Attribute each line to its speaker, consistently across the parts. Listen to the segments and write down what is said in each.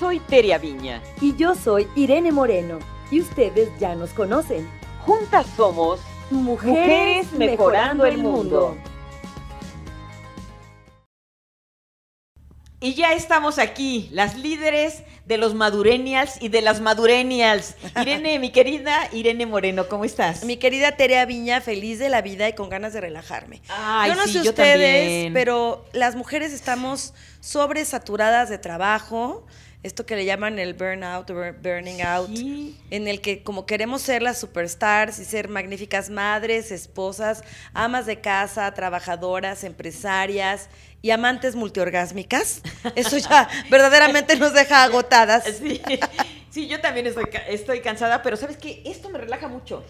Speaker 1: Valeria Viña.
Speaker 2: Y yo soy Irene Moreno. Y ustedes ya nos conocen.
Speaker 1: Juntas somos Mujeres, Mejorando, el mundo. Y ya estamos aquí, las líderes de los madurenials y de las madurenials. Irene, mi querida Irene Moreno, ¿cómo estás?
Speaker 3: Mi querida Terea Viña, feliz de la vida y con ganas de relajarme.
Speaker 1: Ay,
Speaker 3: yo no
Speaker 1: sí,
Speaker 3: sé
Speaker 1: yo
Speaker 3: ustedes,
Speaker 1: también.
Speaker 3: pero las mujeres estamos sobresaturadas de trabajo, esto que le llaman el burnout, bur- burning out,
Speaker 1: Sí.
Speaker 3: en el que como queremos ser las superstars y ser magníficas madres, esposas, amas de casa, trabajadoras, empresarias y amantes multiorgásmicas, eso ya verdaderamente nos deja agotadas.
Speaker 1: Sí, sí, yo también estoy, ca- estoy cansada, pero ¿sabes qué? Esto me relaja mucho.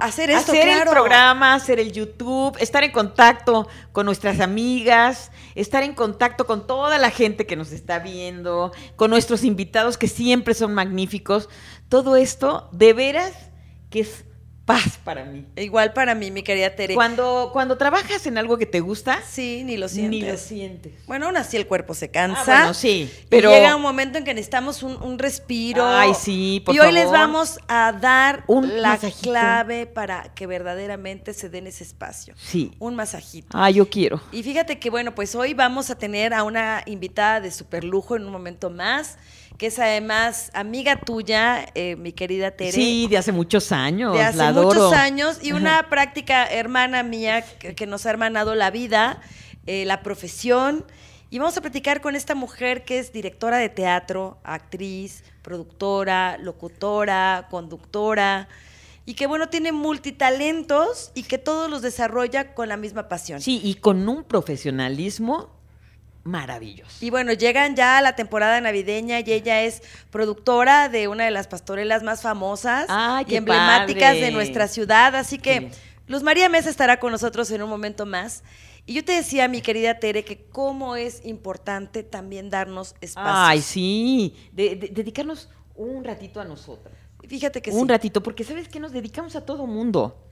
Speaker 3: Hacer esto,
Speaker 1: hacer
Speaker 3: claro.
Speaker 1: el programa, hacer el YouTube, estar en contacto con nuestras amigas, estar en contacto con toda la gente que nos está viendo, con nuestros invitados que siempre son magníficos. Todo esto, de veras, que es paz para mí.
Speaker 3: Igual para mí, mi querida Tere.
Speaker 1: Cuando, cuando trabajas en algo que te gusta,
Speaker 3: Sí, ni lo sientes.
Speaker 1: ni lo sientes.
Speaker 3: Bueno, aún así el cuerpo se
Speaker 1: Ah,
Speaker 3: cansa.
Speaker 1: bueno, sí,
Speaker 3: Pero
Speaker 1: pero
Speaker 3: llega un momento en que necesitamos un, un respiro.
Speaker 1: Ay, sí, por
Speaker 3: Y hoy
Speaker 1: favor.
Speaker 3: les vamos a dar
Speaker 1: Un
Speaker 3: la
Speaker 1: masajito.
Speaker 3: clave para que verdaderamente se den ese espacio.
Speaker 1: sí.
Speaker 3: Un masajito.
Speaker 1: Ah, yo quiero.
Speaker 3: Y fíjate que, bueno, pues hoy vamos a tener a una invitada de super lujo en un momento más, que es además amiga tuya, eh, mi querida Tere.
Speaker 1: Sí, de hace muchos años.
Speaker 3: de hace
Speaker 1: la adoro.
Speaker 3: muchos años y una práctica hermana mía que, que nos ha hermanado la vida, eh, la profesión. Y vamos a platicar con esta mujer que es directora de teatro, actriz, productora, locutora, conductora y que bueno, tiene multitalentos y que todos los desarrolla con la misma pasión.
Speaker 1: Sí, y con un profesionalismo maravilloso.
Speaker 3: Y bueno, llegan ya a la temporada navideña y ella es productora de una de las pastorelas más famosas
Speaker 1: ¡Ay,
Speaker 3: y
Speaker 1: qué
Speaker 3: emblemáticas
Speaker 1: padre!
Speaker 3: de nuestra ciudad. Así
Speaker 1: Qué
Speaker 3: que
Speaker 1: bien.
Speaker 3: Luz María Mesa estará con nosotros en un momento más. Y yo te decía, mi querida Tere, que cómo es importante también darnos espacios.
Speaker 1: Ay, sí. De- de- dedicarnos un ratito a nosotras.
Speaker 3: Fíjate que
Speaker 1: un
Speaker 3: sí,
Speaker 1: ratito, porque sabes que nos dedicamos a todo mundo.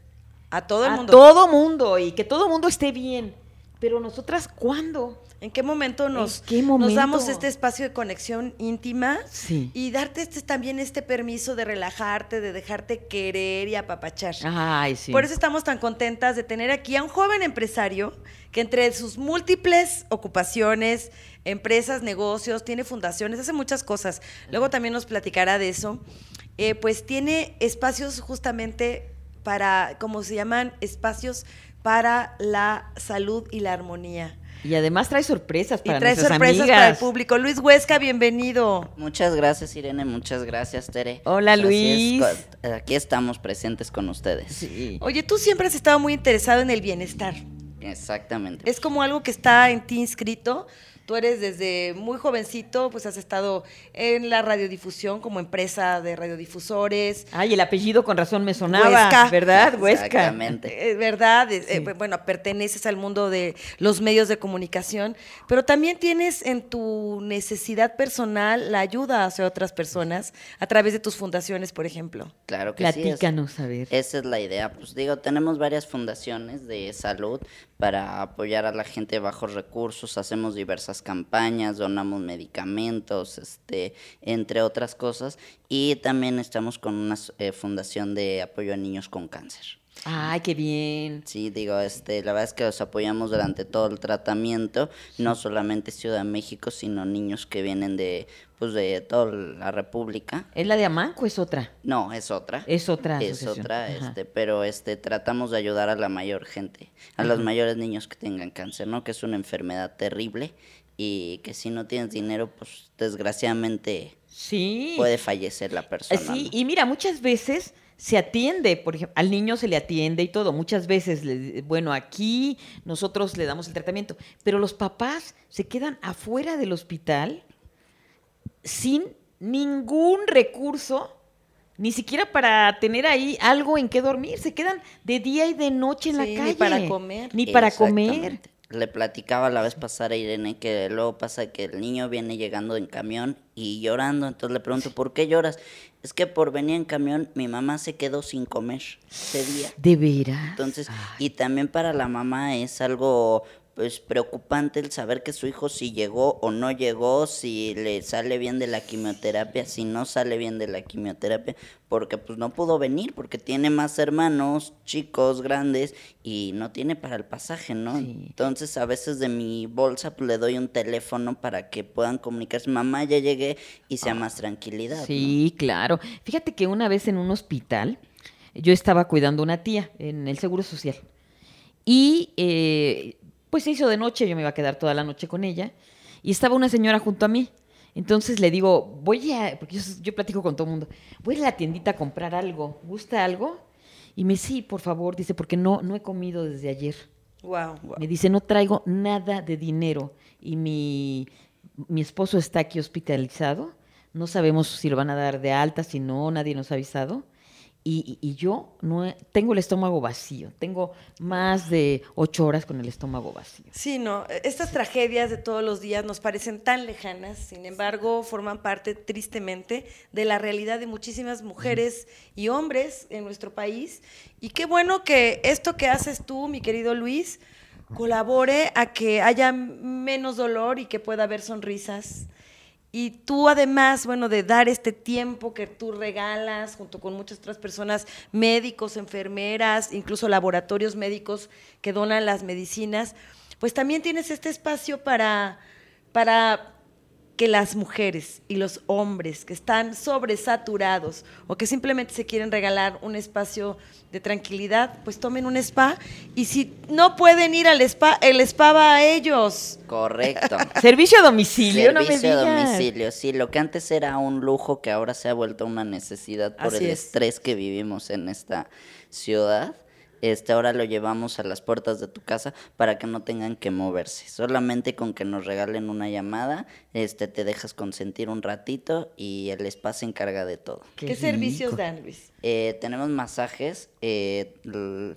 Speaker 3: a todo el
Speaker 1: a
Speaker 3: mundo.
Speaker 1: todo mundo y que todo mundo esté bien. Pero nosotras, ¿cuándo?
Speaker 3: ¿En qué momento nos,
Speaker 1: qué
Speaker 3: nos
Speaker 1: momento?
Speaker 3: damos este espacio de conexión íntima?
Speaker 1: Sí.
Speaker 3: Y darte este, también este permiso de relajarte, de dejarte querer y apapachar.
Speaker 1: Ay, sí.
Speaker 3: Por eso estamos tan contentas de tener aquí a un joven empresario que entre sus múltiples ocupaciones, empresas, negocios, tiene fundaciones, hace muchas cosas. Luego también nos platicará de eso. Eh, pues tiene espacios justamente para, como se llaman, espacios para la salud y la armonía.
Speaker 1: Y además trae sorpresas para
Speaker 3: y trae
Speaker 1: nuestras
Speaker 3: sorpresas
Speaker 1: amigas.
Speaker 3: para el público. Luis Huesca, bienvenido.
Speaker 4: Muchas gracias, Irene. Muchas gracias, Tere.
Speaker 1: Hola,
Speaker 4: Así es,
Speaker 1: Luis.
Speaker 4: co- aquí estamos presentes con ustedes.
Speaker 1: Sí.
Speaker 3: Oye, tú siempre has estado muy interesado en el bienestar.
Speaker 4: Exactamente.
Speaker 3: Es como algo que está en ti inscrito. Tú eres desde muy jovencito, pues has estado en la radiodifusión como empresa de radiodifusores,
Speaker 1: Ay, el apellido con razón me sonaba,
Speaker 3: Huesca.
Speaker 1: ¿verdad? Huesca.
Speaker 4: Exactamente.
Speaker 3: eh, ¿verdad? Eh, eh, bueno, perteneces al mundo de los medios de comunicación, pero también tienes en tu necesidad personal la ayuda hacia otras personas a través de tus fundaciones, por ejemplo.
Speaker 4: Claro que sí. es-
Speaker 1: Platícanos, a ver.
Speaker 4: Esa es la idea. Pues digo, tenemos varias fundaciones de salud para apoyar a la gente de bajos recursos, hacemos diversas campañas, donamos medicamentos, este, entre otras cosas, y también estamos con una eh, fundación de apoyo a niños con cáncer.
Speaker 1: Ay, qué bien.
Speaker 4: Sí, digo, este, la verdad es que los apoyamos durante todo el tratamiento, no solamente Ciudad de México, sino niños que vienen de, pues, de toda la República.
Speaker 1: ¿Es la de Amanco o es otra?
Speaker 4: No, es otra.
Speaker 1: Es otra
Speaker 4: Es
Speaker 1: asociación.
Speaker 4: otra,
Speaker 1: Ajá.
Speaker 4: este, pero este, tratamos de ayudar a la mayor gente, a los mayores niños que tengan cáncer, ¿no? Que es una enfermedad terrible y que si no tienes dinero, pues, desgraciadamente
Speaker 1: Sí.
Speaker 4: puede fallecer la persona.
Speaker 1: Sí,
Speaker 4: ¿no?
Speaker 1: y mira, muchas veces se atiende, por ejemplo, al niño se le atiende y todo, muchas veces, le- bueno, aquí nosotros le damos el tratamiento, pero los papás se quedan afuera del hospital sin ningún recurso, ni siquiera para tener ahí algo en qué dormir, se quedan de día y de noche en
Speaker 3: Sí,
Speaker 1: la calle.
Speaker 3: ni para comer.
Speaker 1: Ni para comer.
Speaker 4: Exactamente. Le platicaba la vez pasada a Irene que luego pasa que el niño viene llegando en camión y llorando. Entonces le pregunto, ¿por qué lloras? Es que por venir en camión mi mamá se quedó sin comer ese día.
Speaker 1: De veras.
Speaker 4: Entonces, y también para la mamá es algo pues preocupante el saber que su hijo si llegó o no llegó, si le sale bien de la quimioterapia, si no sale bien de la quimioterapia, porque pues no pudo venir, porque tiene más hermanos, chicos, grandes, y no tiene para el pasaje, ¿no?
Speaker 1: Sí.
Speaker 4: Entonces a veces de mi bolsa pues, le doy un teléfono para que puedan comunicarse, mamá ya llegué y sea más tranquilidad. ¿no?
Speaker 1: Ah. Sí, claro. Fíjate que una vez en un hospital, yo estaba cuidando a una tía en el Seguro Social. Y eh, pues se hizo de noche, yo me iba a quedar toda la noche con ella. Y estaba una señora junto a mí. Entonces le digo, voy a, porque yo, yo platico con todo el mundo, voy a la tiendita a comprar algo, ¿gusta algo? Y me dice, sí, por favor, dice, porque no, no he comido desde ayer.
Speaker 3: Wow.
Speaker 1: Me dice, no traigo nada de dinero y mi, mi esposo está aquí hospitalizado. No sabemos si lo van a dar de alta, si no, nadie nos ha avisado. Y, y- y yo no he- tengo el estómago vacío. Tengo más de ocho horas con el estómago vacío.
Speaker 3: Sí, no, e-, estas tragedias de todos los días nos parecen tan lejanas, sin embargo, forman parte tristemente de la realidad de muchísimas mujeres y hombres en nuestro país. Y qué bueno que esto que haces tú, mi querido Luis, colabore a que haya menos dolor y que pueda haber sonrisas. Y tú además, bueno, de dar este tiempo que tú regalas junto con muchas otras personas, médicos, enfermeras, incluso laboratorios médicos que donan las medicinas, pues también tienes este espacio para, para que las mujeres y los hombres que están sobresaturados o que simplemente se quieren regalar un espacio de tranquilidad, pues tomen un spa y si no pueden ir al spa, el spa va a ellos.
Speaker 4: Correcto.
Speaker 1: Servicio a domicilio, no me
Speaker 4: Servicio a
Speaker 1: digas.
Speaker 4: domicilio, sí, lo que antes era un lujo que ahora se ha vuelto una necesidad por
Speaker 3: Así
Speaker 4: el
Speaker 3: es.
Speaker 4: estrés que vivimos en esta ciudad. Este, ahora lo llevamos a las puertas de tu casa para que no tengan que moverse. Solamente con que nos regalen una llamada, este, te dejas consentir un ratito y el spa se encarga de todo.
Speaker 3: ¿Qué,
Speaker 1: Qué
Speaker 3: servicios
Speaker 1: rico.
Speaker 3: dan, Luis?
Speaker 4: Eh, tenemos masajes eh, l-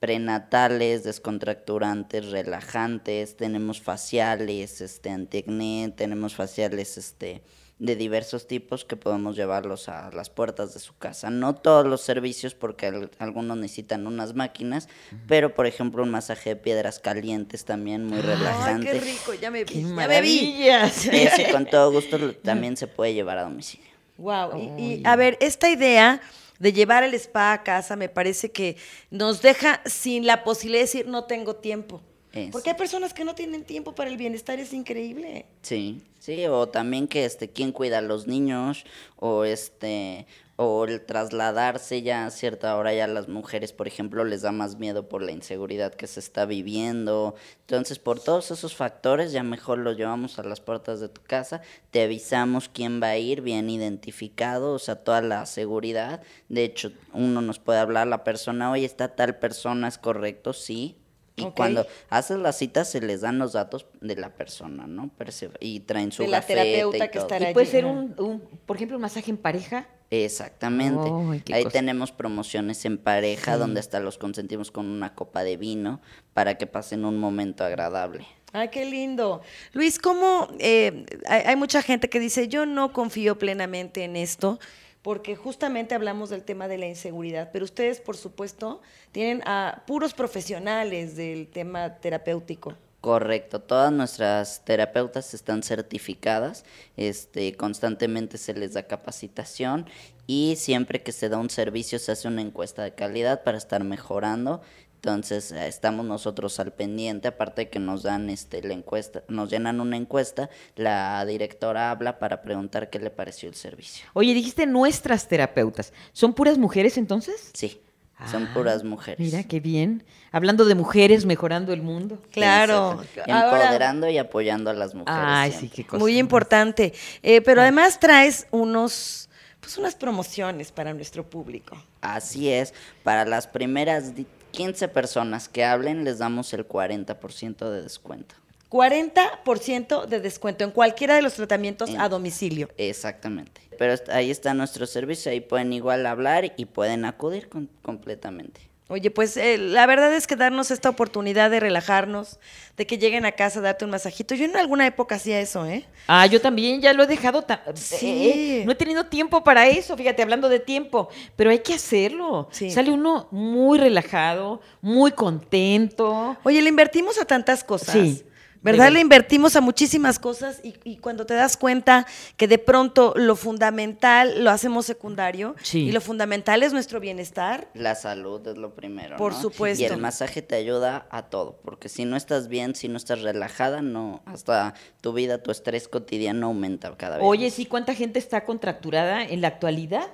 Speaker 4: prenatales, descontracturantes, relajantes, tenemos faciales, este, antiacné, tenemos faciales, este, de diversos tipos que podemos llevarlos a las puertas de su casa. No todos los servicios porque al- algunos necesitan unas máquinas, pero por ejemplo un masaje de piedras calientes también muy
Speaker 3: Ay,
Speaker 4: relajante.
Speaker 3: qué rico, ya me
Speaker 1: ¡Qué
Speaker 3: vi, ya me vi.
Speaker 1: maravillas!
Speaker 4: Ese con todo gusto lo- también se puede llevar a domicilio.
Speaker 3: Wow. Y, y,
Speaker 1: Ay.
Speaker 3: a ver, esta idea de llevar el spa a casa me parece que nos deja sin la posibilidad de decir no tengo tiempo.
Speaker 4: Es.
Speaker 3: Porque hay personas que no tienen tiempo para el bienestar, es increíble.
Speaker 4: Sí, sí, o también que este, quién cuida a los niños, o este, o el trasladarse ya a cierta hora ya a las mujeres, por ejemplo, les da más miedo por la inseguridad que se está viviendo. Entonces, por todos esos factores, ya mejor los llevamos a las puertas de tu casa, te avisamos quién va a ir, bien identificado, o sea, toda la seguridad. De hecho, uno nos puede hablar la persona, oye, está tal persona, es correcto, sí. Y
Speaker 3: Ok.
Speaker 4: cuando haces la cita, se les dan los datos de la persona, ¿no? Pero se- y traen su
Speaker 3: De la
Speaker 4: gafete
Speaker 3: terapeuta
Speaker 4: y
Speaker 3: que
Speaker 4: todo.
Speaker 3: estará-
Speaker 1: Y puede ser un, un, por ejemplo, un masaje en pareja.
Speaker 4: Exactamente.
Speaker 1: Ay, qué
Speaker 4: Ahí
Speaker 1: cosa.
Speaker 4: tenemos promociones en pareja, donde hasta los consentimos con una copa de vino para que pasen un momento agradable.
Speaker 3: Ay, qué lindo. Luis, ¿cómo eh, hay, hay mucha gente que dice, yo no confío plenamente en esto? Porque justamente hablamos del tema de la inseguridad, pero ustedes, por supuesto, tienen a puros profesionales del tema terapéutico.
Speaker 4: Correcto, todas nuestras terapeutas están certificadas, este, constantemente se les da capacitación y siempre que se da un servicio se hace una encuesta de calidad para estar mejorando. Entonces eh, estamos nosotros al pendiente, aparte de que nos dan este, la encuesta, nos llenan una encuesta, la directora habla para preguntar qué le pareció el servicio.
Speaker 1: Oye, dijiste nuestras terapeutas. ¿Son puras mujeres entonces?
Speaker 4: Sí, son
Speaker 1: Ah,
Speaker 4: puras mujeres.
Speaker 1: Mira, qué bien. Hablando de mujeres mejorando el mundo.
Speaker 3: Claro.
Speaker 4: Exacto.
Speaker 3: Ahora-
Speaker 4: Empoderando y apoyando a las mujeres.
Speaker 1: Ay,
Speaker 4: siempre.
Speaker 1: sí, qué cosa.
Speaker 3: Muy importante. Eh, pero además traes unos, pues unas promociones para nuestro público.
Speaker 4: Así es, para las primeras di- 15 personas que hablen les damos el 40% de descuento.
Speaker 3: 40% de descuento en cualquiera de los tratamientos
Speaker 4: En-
Speaker 3: a domicilio.
Speaker 4: Exactamente. Pero est- ahí está nuestro servicio, ahí pueden igual hablar y pueden acudir con- completamente.
Speaker 3: Oye, pues eh, la verdad es que darnos esta oportunidad de relajarnos, de que lleguen a casa a darte un masajito. Yo en alguna época hacía eso, ¿eh?
Speaker 1: Ah, yo también ya lo he dejado. ta-
Speaker 3: Sí.
Speaker 1: eh, eh, no he tenido tiempo para eso, fíjate, hablando de tiempo, pero hay que hacerlo.
Speaker 3: Sí.
Speaker 1: Sale uno muy relajado, muy contento.
Speaker 3: Oye, le invertimos a tantas cosas.
Speaker 1: Sí.
Speaker 3: ¿Verdad?
Speaker 1: De-
Speaker 3: Le invertimos a muchísimas cosas y, y cuando te das cuenta que de pronto lo fundamental lo hacemos secundario
Speaker 1: Sí.
Speaker 3: y lo fundamental es nuestro bienestar.
Speaker 4: La salud es lo primero.
Speaker 3: Por
Speaker 4: ¿no?
Speaker 3: supuesto.
Speaker 4: Y el masaje te ayuda a todo, porque si no estás bien, si no estás relajada, no, hasta tu vida, tu estrés cotidiano aumenta cada vez.
Speaker 1: Oye,
Speaker 4: más.
Speaker 1: sí, ¿cuánta gente está contracturada en la actualidad?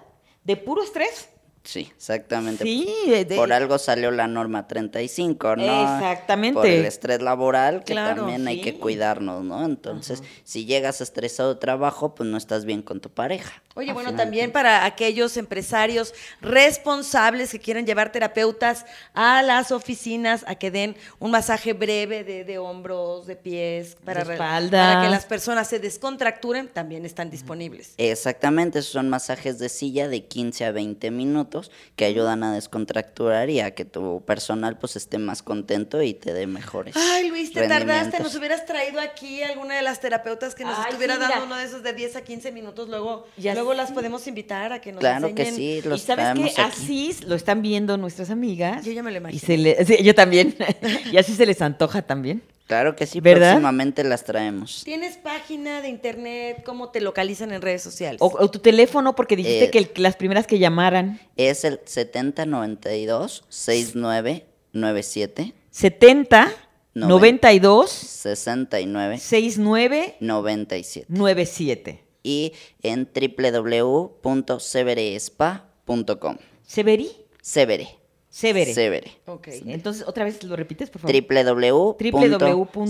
Speaker 1: ¿De puro estrés?
Speaker 4: Sí, exactamente.
Speaker 1: Sí, de- de-
Speaker 4: Por algo salió la norma 35, ¿no?
Speaker 1: Exactamente.
Speaker 4: Por el estrés laboral, que
Speaker 3: Claro,
Speaker 4: también hay
Speaker 1: sí.
Speaker 4: que cuidarnos, ¿no? Entonces, si llegas estresado de trabajo, pues no estás bien con tu pareja.
Speaker 3: Oye,
Speaker 4: Al
Speaker 3: bueno,
Speaker 4: final.
Speaker 3: también para aquellos empresarios responsables que quieran llevar terapeutas a las oficinas a que den un masaje breve de, de hombros, de pies, para,
Speaker 1: De
Speaker 3: re-
Speaker 1: espalda.
Speaker 3: para que las personas se descontracturen, también están disponibles.
Speaker 4: Exactamente, esos son masajes de silla de 15 a 20 minutos que ayudan a descontracturar y a que tu personal pues esté más contento y te dé mejores.
Speaker 3: Ay, Luis, te tardaste.
Speaker 4: rendimientos.
Speaker 3: Nos hubieras traído aquí alguna de las terapeutas que nos
Speaker 1: Ay,
Speaker 3: estuviera
Speaker 1: sí, mira.
Speaker 3: dando uno de esos de 10 a 15 minutos. Luego,
Speaker 1: Ya
Speaker 3: luego
Speaker 1: sé.
Speaker 3: las podemos invitar a que nos
Speaker 4: Claro que
Speaker 3: enseñen.
Speaker 4: sí,
Speaker 1: Y
Speaker 4: los
Speaker 1: sabes
Speaker 4: traemos
Speaker 1: que
Speaker 4: aquí.
Speaker 1: así lo están viendo nuestras amigas.
Speaker 3: Yo ya me lo
Speaker 1: Y
Speaker 3: imagino.
Speaker 1: se le- sí, yo también. y así se les antoja también.
Speaker 4: Claro que sí,
Speaker 1: ¿Verdad?
Speaker 4: próximamente las traemos.
Speaker 3: ¿Tienes página de internet? ¿Cómo te localizan en redes sociales?
Speaker 1: O, o tu teléfono, porque dijiste
Speaker 4: Pues Eh.
Speaker 1: que el- las primeras que llamaran.
Speaker 4: Es el 7092 6997
Speaker 1: 70
Speaker 4: Noven-
Speaker 1: 92
Speaker 4: 69
Speaker 1: 69
Speaker 4: 97
Speaker 1: 97.
Speaker 4: y en www.severespa.com.
Speaker 1: ¿Severi?
Speaker 4: Severe.
Speaker 1: Severe.
Speaker 4: Severe.
Speaker 3: Ok.
Speaker 1: Entonces, otra vez lo repites, por favor.
Speaker 4: www.severespa.com.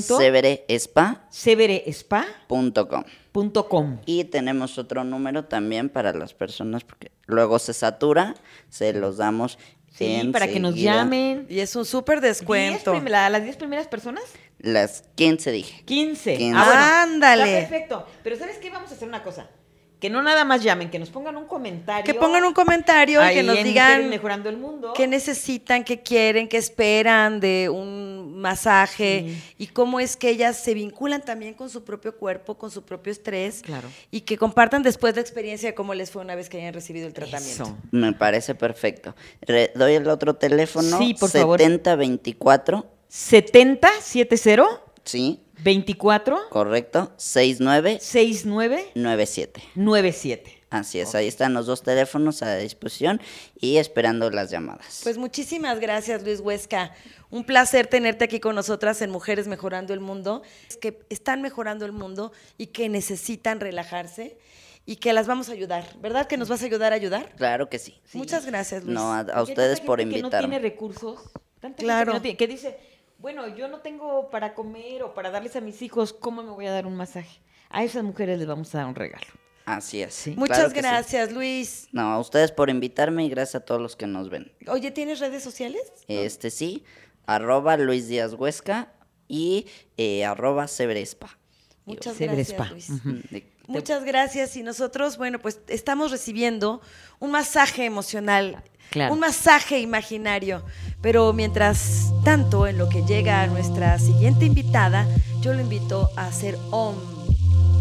Speaker 1: Severespa.com.
Speaker 4: Y tenemos otro número también para las personas, porque luego se satura, se los damos.
Speaker 1: Sí, para que nos
Speaker 4: enseguida.
Speaker 1: llamen.
Speaker 3: Y es un súper descuento.
Speaker 1: Diez prim- la- ¿Las 10 primeras personas?
Speaker 4: Las 15 dije.
Speaker 1: 15.
Speaker 4: Quince.
Speaker 3: Ándale.
Speaker 1: Está perfecto. Pero ¿sabes qué? Vamos a hacer una cosa. Que no nada más llamen, que nos pongan un comentario.
Speaker 3: Que pongan un comentario y
Speaker 1: ahí
Speaker 3: que nos
Speaker 1: en Mujeres
Speaker 3: digan
Speaker 1: Mejorando el Mundo.
Speaker 3: qué necesitan, qué quieren, qué esperan de un masaje
Speaker 1: Sí.
Speaker 3: y cómo es que ellas se vinculan también con su propio cuerpo, con su propio estrés.
Speaker 1: Claro.
Speaker 3: Y que compartan después la experiencia de cómo les fue una vez que hayan recibido el tratamiento.
Speaker 1: Eso.
Speaker 4: Me parece perfecto. Re- doy el otro teléfono.
Speaker 1: Sí, por favor.
Speaker 4: 7024.
Speaker 1: 70 70
Speaker 4: Sí,
Speaker 1: 24
Speaker 4: correcto. 6997.
Speaker 1: 69 97.
Speaker 4: Así es, ahí están los dos teléfonos a disposición y esperando las llamadas.
Speaker 3: Pues muchísimas gracias, Luis Huesca. Un placer tenerte aquí con nosotras en Mujeres Mejorando el Mundo, que están mejorando el mundo y que necesitan relajarse y que las vamos a ayudar, ¿verdad? Que nos vas a ayudar a ayudar.
Speaker 4: claro que sí.
Speaker 3: Muchas gracias, Luis.
Speaker 4: No, a, a
Speaker 1: Porque hay
Speaker 4: ustedes
Speaker 1: tanta
Speaker 4: por
Speaker 1: gente Que no
Speaker 4: invitarme.
Speaker 1: tiene recursos. Tanta claro. que,
Speaker 3: Claro.
Speaker 1: no tiene- que dice, bueno, yo no tengo para comer o para darles a mis hijos, ¿cómo me voy a dar un masaje? A esas mujeres les vamos a dar un regalo.
Speaker 4: Así es.
Speaker 1: Sí.
Speaker 3: Muchas
Speaker 4: claro que sí.
Speaker 3: gracias, Luis.
Speaker 4: No, a ustedes por invitarme y gracias a todos los que nos ven.
Speaker 3: Oye, ¿tienes redes sociales?
Speaker 4: Este sí, arroba Luis Díaz Huesca y eh, arroba Sebrespa.
Speaker 3: Muchas
Speaker 1: Segre Spa.
Speaker 3: gracias, Luis.
Speaker 4: De-
Speaker 3: Muchas gracias y nosotros, bueno, pues estamos recibiendo un masaje emocional,
Speaker 1: Claro.
Speaker 3: un masaje imaginario, pero mientras tanto, en lo que llega a nuestra siguiente invitada, yo lo invito a hacer OM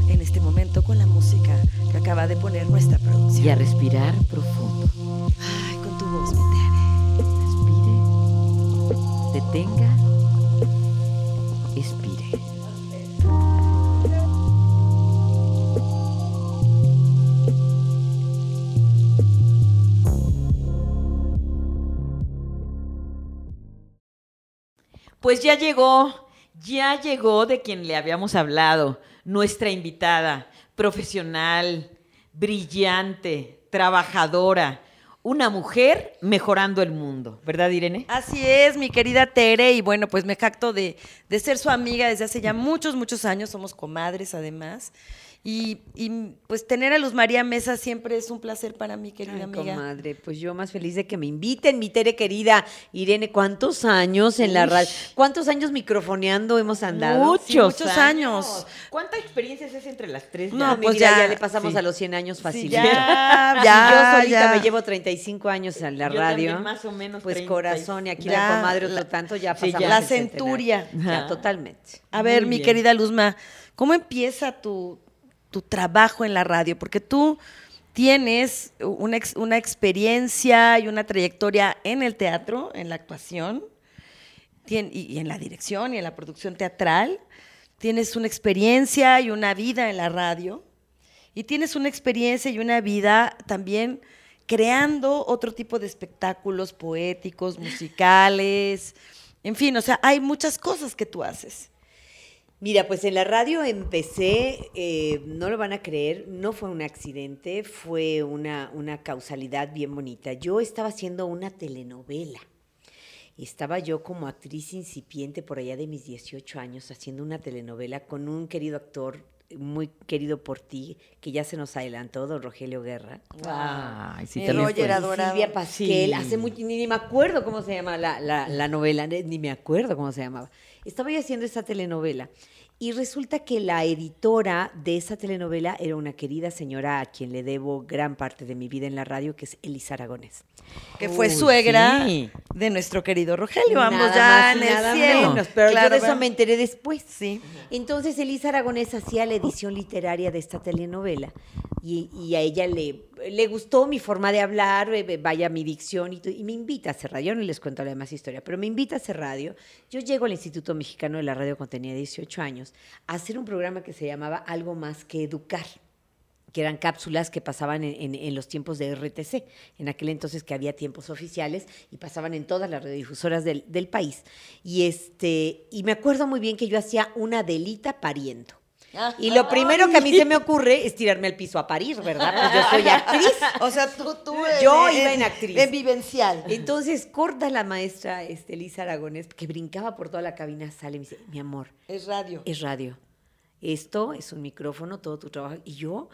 Speaker 3: en este momento con la música que acaba de poner nuestra producción.
Speaker 1: Y a respirar profundo.
Speaker 3: Ay, con tu voz, mi Tere.
Speaker 1: Respire. Detenga. Expire. Pues ya llegó, ya llegó de quien le habíamos hablado, nuestra invitada, profesional, brillante, trabajadora, una mujer mejorando el mundo, ¿verdad Irene?
Speaker 3: Así es, mi querida Tere, y bueno, pues me jacto de, de ser su amiga desde hace ya muchos, muchos años, somos comadres además, Y, y, pues tener a Luz María Mesa siempre es un placer para mí, querida
Speaker 5: Ay,
Speaker 3: amiga.
Speaker 5: comadre, pues yo más feliz de que me inviten, mi Tere querida. Irene, ¿cuántos años en la radio? ¿Cuántos años microfoneando hemos andado?
Speaker 1: Muchos,
Speaker 3: Sí, muchos años.
Speaker 1: ¿Cuánta experiencia es esa entre las tres?
Speaker 5: No,
Speaker 1: ya?
Speaker 5: pues
Speaker 3: ya.
Speaker 5: ya, ya le pasamos
Speaker 1: Sí.
Speaker 5: a los 100 años fácil.
Speaker 3: ya,
Speaker 5: Si
Speaker 3: Ah, ya,
Speaker 5: yo solita
Speaker 3: ya.
Speaker 5: me llevo 35 años en la
Speaker 1: Yo
Speaker 5: radio.
Speaker 1: también más o menos
Speaker 5: Pues
Speaker 1: 30.
Speaker 5: corazón, y aquí
Speaker 3: Ya,
Speaker 5: la comadre
Speaker 3: la-
Speaker 5: otro tanto ya
Speaker 1: sí,
Speaker 5: pasamos.
Speaker 1: ya. La
Speaker 5: el centenario.
Speaker 3: centuria.
Speaker 1: Ajá.
Speaker 5: Ya, totalmente.
Speaker 3: A ver,
Speaker 1: Muy
Speaker 3: mi
Speaker 1: bien.
Speaker 3: querida Luzma, ¿cómo empieza tu, tu trabajo en la radio? Porque tú tienes una, ex- una experiencia y una trayectoria en el teatro, en la actuación, tien- y, y en la dirección y en la producción teatral. Tienes una experiencia y una vida en la radio. Y tienes una experiencia y una vida también creando otro tipo de espectáculos poéticos, musicales, en fin, o sea, hay muchas cosas que tú haces.
Speaker 5: Mira, pues en la radio empecé, eh, no lo van a creer, no fue un accidente, fue una, una causalidad bien bonita. Yo estaba haciendo una telenovela. Estaba yo como actriz incipiente por allá de mis 18 años haciendo una telenovela con un querido actor muy querido por ti, que ya se nos adelantó, don Rogelio Guerra.
Speaker 1: Ay, sí,
Speaker 3: El
Speaker 1: también
Speaker 3: Roger
Speaker 1: fue.
Speaker 5: Y
Speaker 3: adorado.
Speaker 5: Silvia Pasquel,
Speaker 1: Sí.
Speaker 5: hace mucho, ni, ni me acuerdo cómo se llama la, la- la novela, ni ni me acuerdo cómo se llamaba. Estaba yo haciendo esa telenovela y resulta que la editora de esa telenovela era una querida señora a quien le debo gran parte de mi vida en la radio, que es Elisa Aragones.
Speaker 3: que fue
Speaker 1: Uy,
Speaker 3: suegra
Speaker 1: sí.
Speaker 3: de nuestro querido Rogelio. ambos ya
Speaker 5: Nada más y
Speaker 3: en el
Speaker 5: nada
Speaker 3: cielo.
Speaker 5: menos, pero
Speaker 3: Claro,
Speaker 5: yo de eso
Speaker 3: ¿verdad?
Speaker 5: me enteré después.
Speaker 3: Sí.
Speaker 5: Entonces Elisa Aragonés hacía la edición literaria de esta telenovela y, y a ella le, le gustó mi forma de hablar, eh, vaya mi dicción y, to- y me invita a hacer radio. Yo no les cuento la demás historia, pero me invita a hacer radio. Yo llego al Instituto Mexicano de la Radio cuando tenía 18 años a hacer un programa que se llamaba Algo más que educar que eran cápsulas que pasaban en, en- en los tiempos de RTC, en aquel entonces que había tiempos oficiales y pasaban en todas las radiodifusoras del, del país. Y, este, y me acuerdo muy bien que yo hacía una Adelita pariendo. Y lo primero que a mí se me ocurre es tirarme al piso a parir, ¿verdad? Pues yo soy actriz.
Speaker 3: O sea, tú, tú
Speaker 5: Yo iba en actriz.
Speaker 3: En vivencial.
Speaker 5: Entonces corta la maestra este, Elisa Aragonés, que brincaba por toda la cabina, sale y me dice, mi amor,
Speaker 3: Es radio.
Speaker 5: es radio. Esto es un micrófono, todo tu trabajo. Y yo,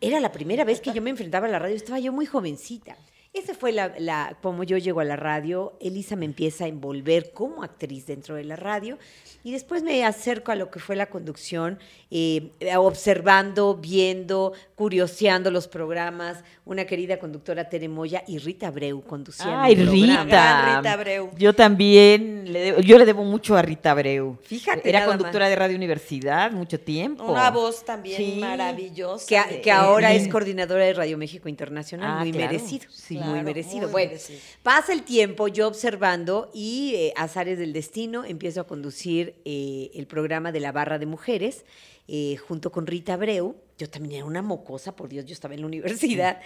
Speaker 5: era la primera vez que yo me enfrentaba a la radio, estaba yo muy jovencita. Esa fue la, la- como yo llego a la radio, Elisa me empieza a envolver como actriz dentro de la radio y después me acerco a lo que fue la conducción, eh, observando, viendo, curioseando los programas. Una querida conductora Tere Moya y Rita Abreu conducían
Speaker 1: Ay,
Speaker 5: mi
Speaker 1: Rita.
Speaker 5: programa.
Speaker 3: Gran Rita Abreu.
Speaker 1: Yo también, le debo- yo le debo mucho a Rita Abreu.
Speaker 5: Fíjate
Speaker 1: Era
Speaker 5: nada
Speaker 1: conductora de Radio Universidad mucho tiempo.
Speaker 3: Una voz también
Speaker 1: Sí.
Speaker 3: maravillosa.
Speaker 5: Que, a-
Speaker 3: de-
Speaker 5: que ahora es coordinadora de Radio México Internacional,
Speaker 1: Ah,
Speaker 5: muy
Speaker 1: claro.
Speaker 5: merecido, sí, muy
Speaker 3: Claro,
Speaker 5: merecido.
Speaker 3: muy
Speaker 5: bueno,
Speaker 3: merecido.
Speaker 5: pasa el tiempo yo observando y eh, azares del destino empiezo a conducir eh, el programa de la barra de mujeres eh, junto con Rita Abreu. Yo también era una mocosa, por Dios, yo estaba en la universidad.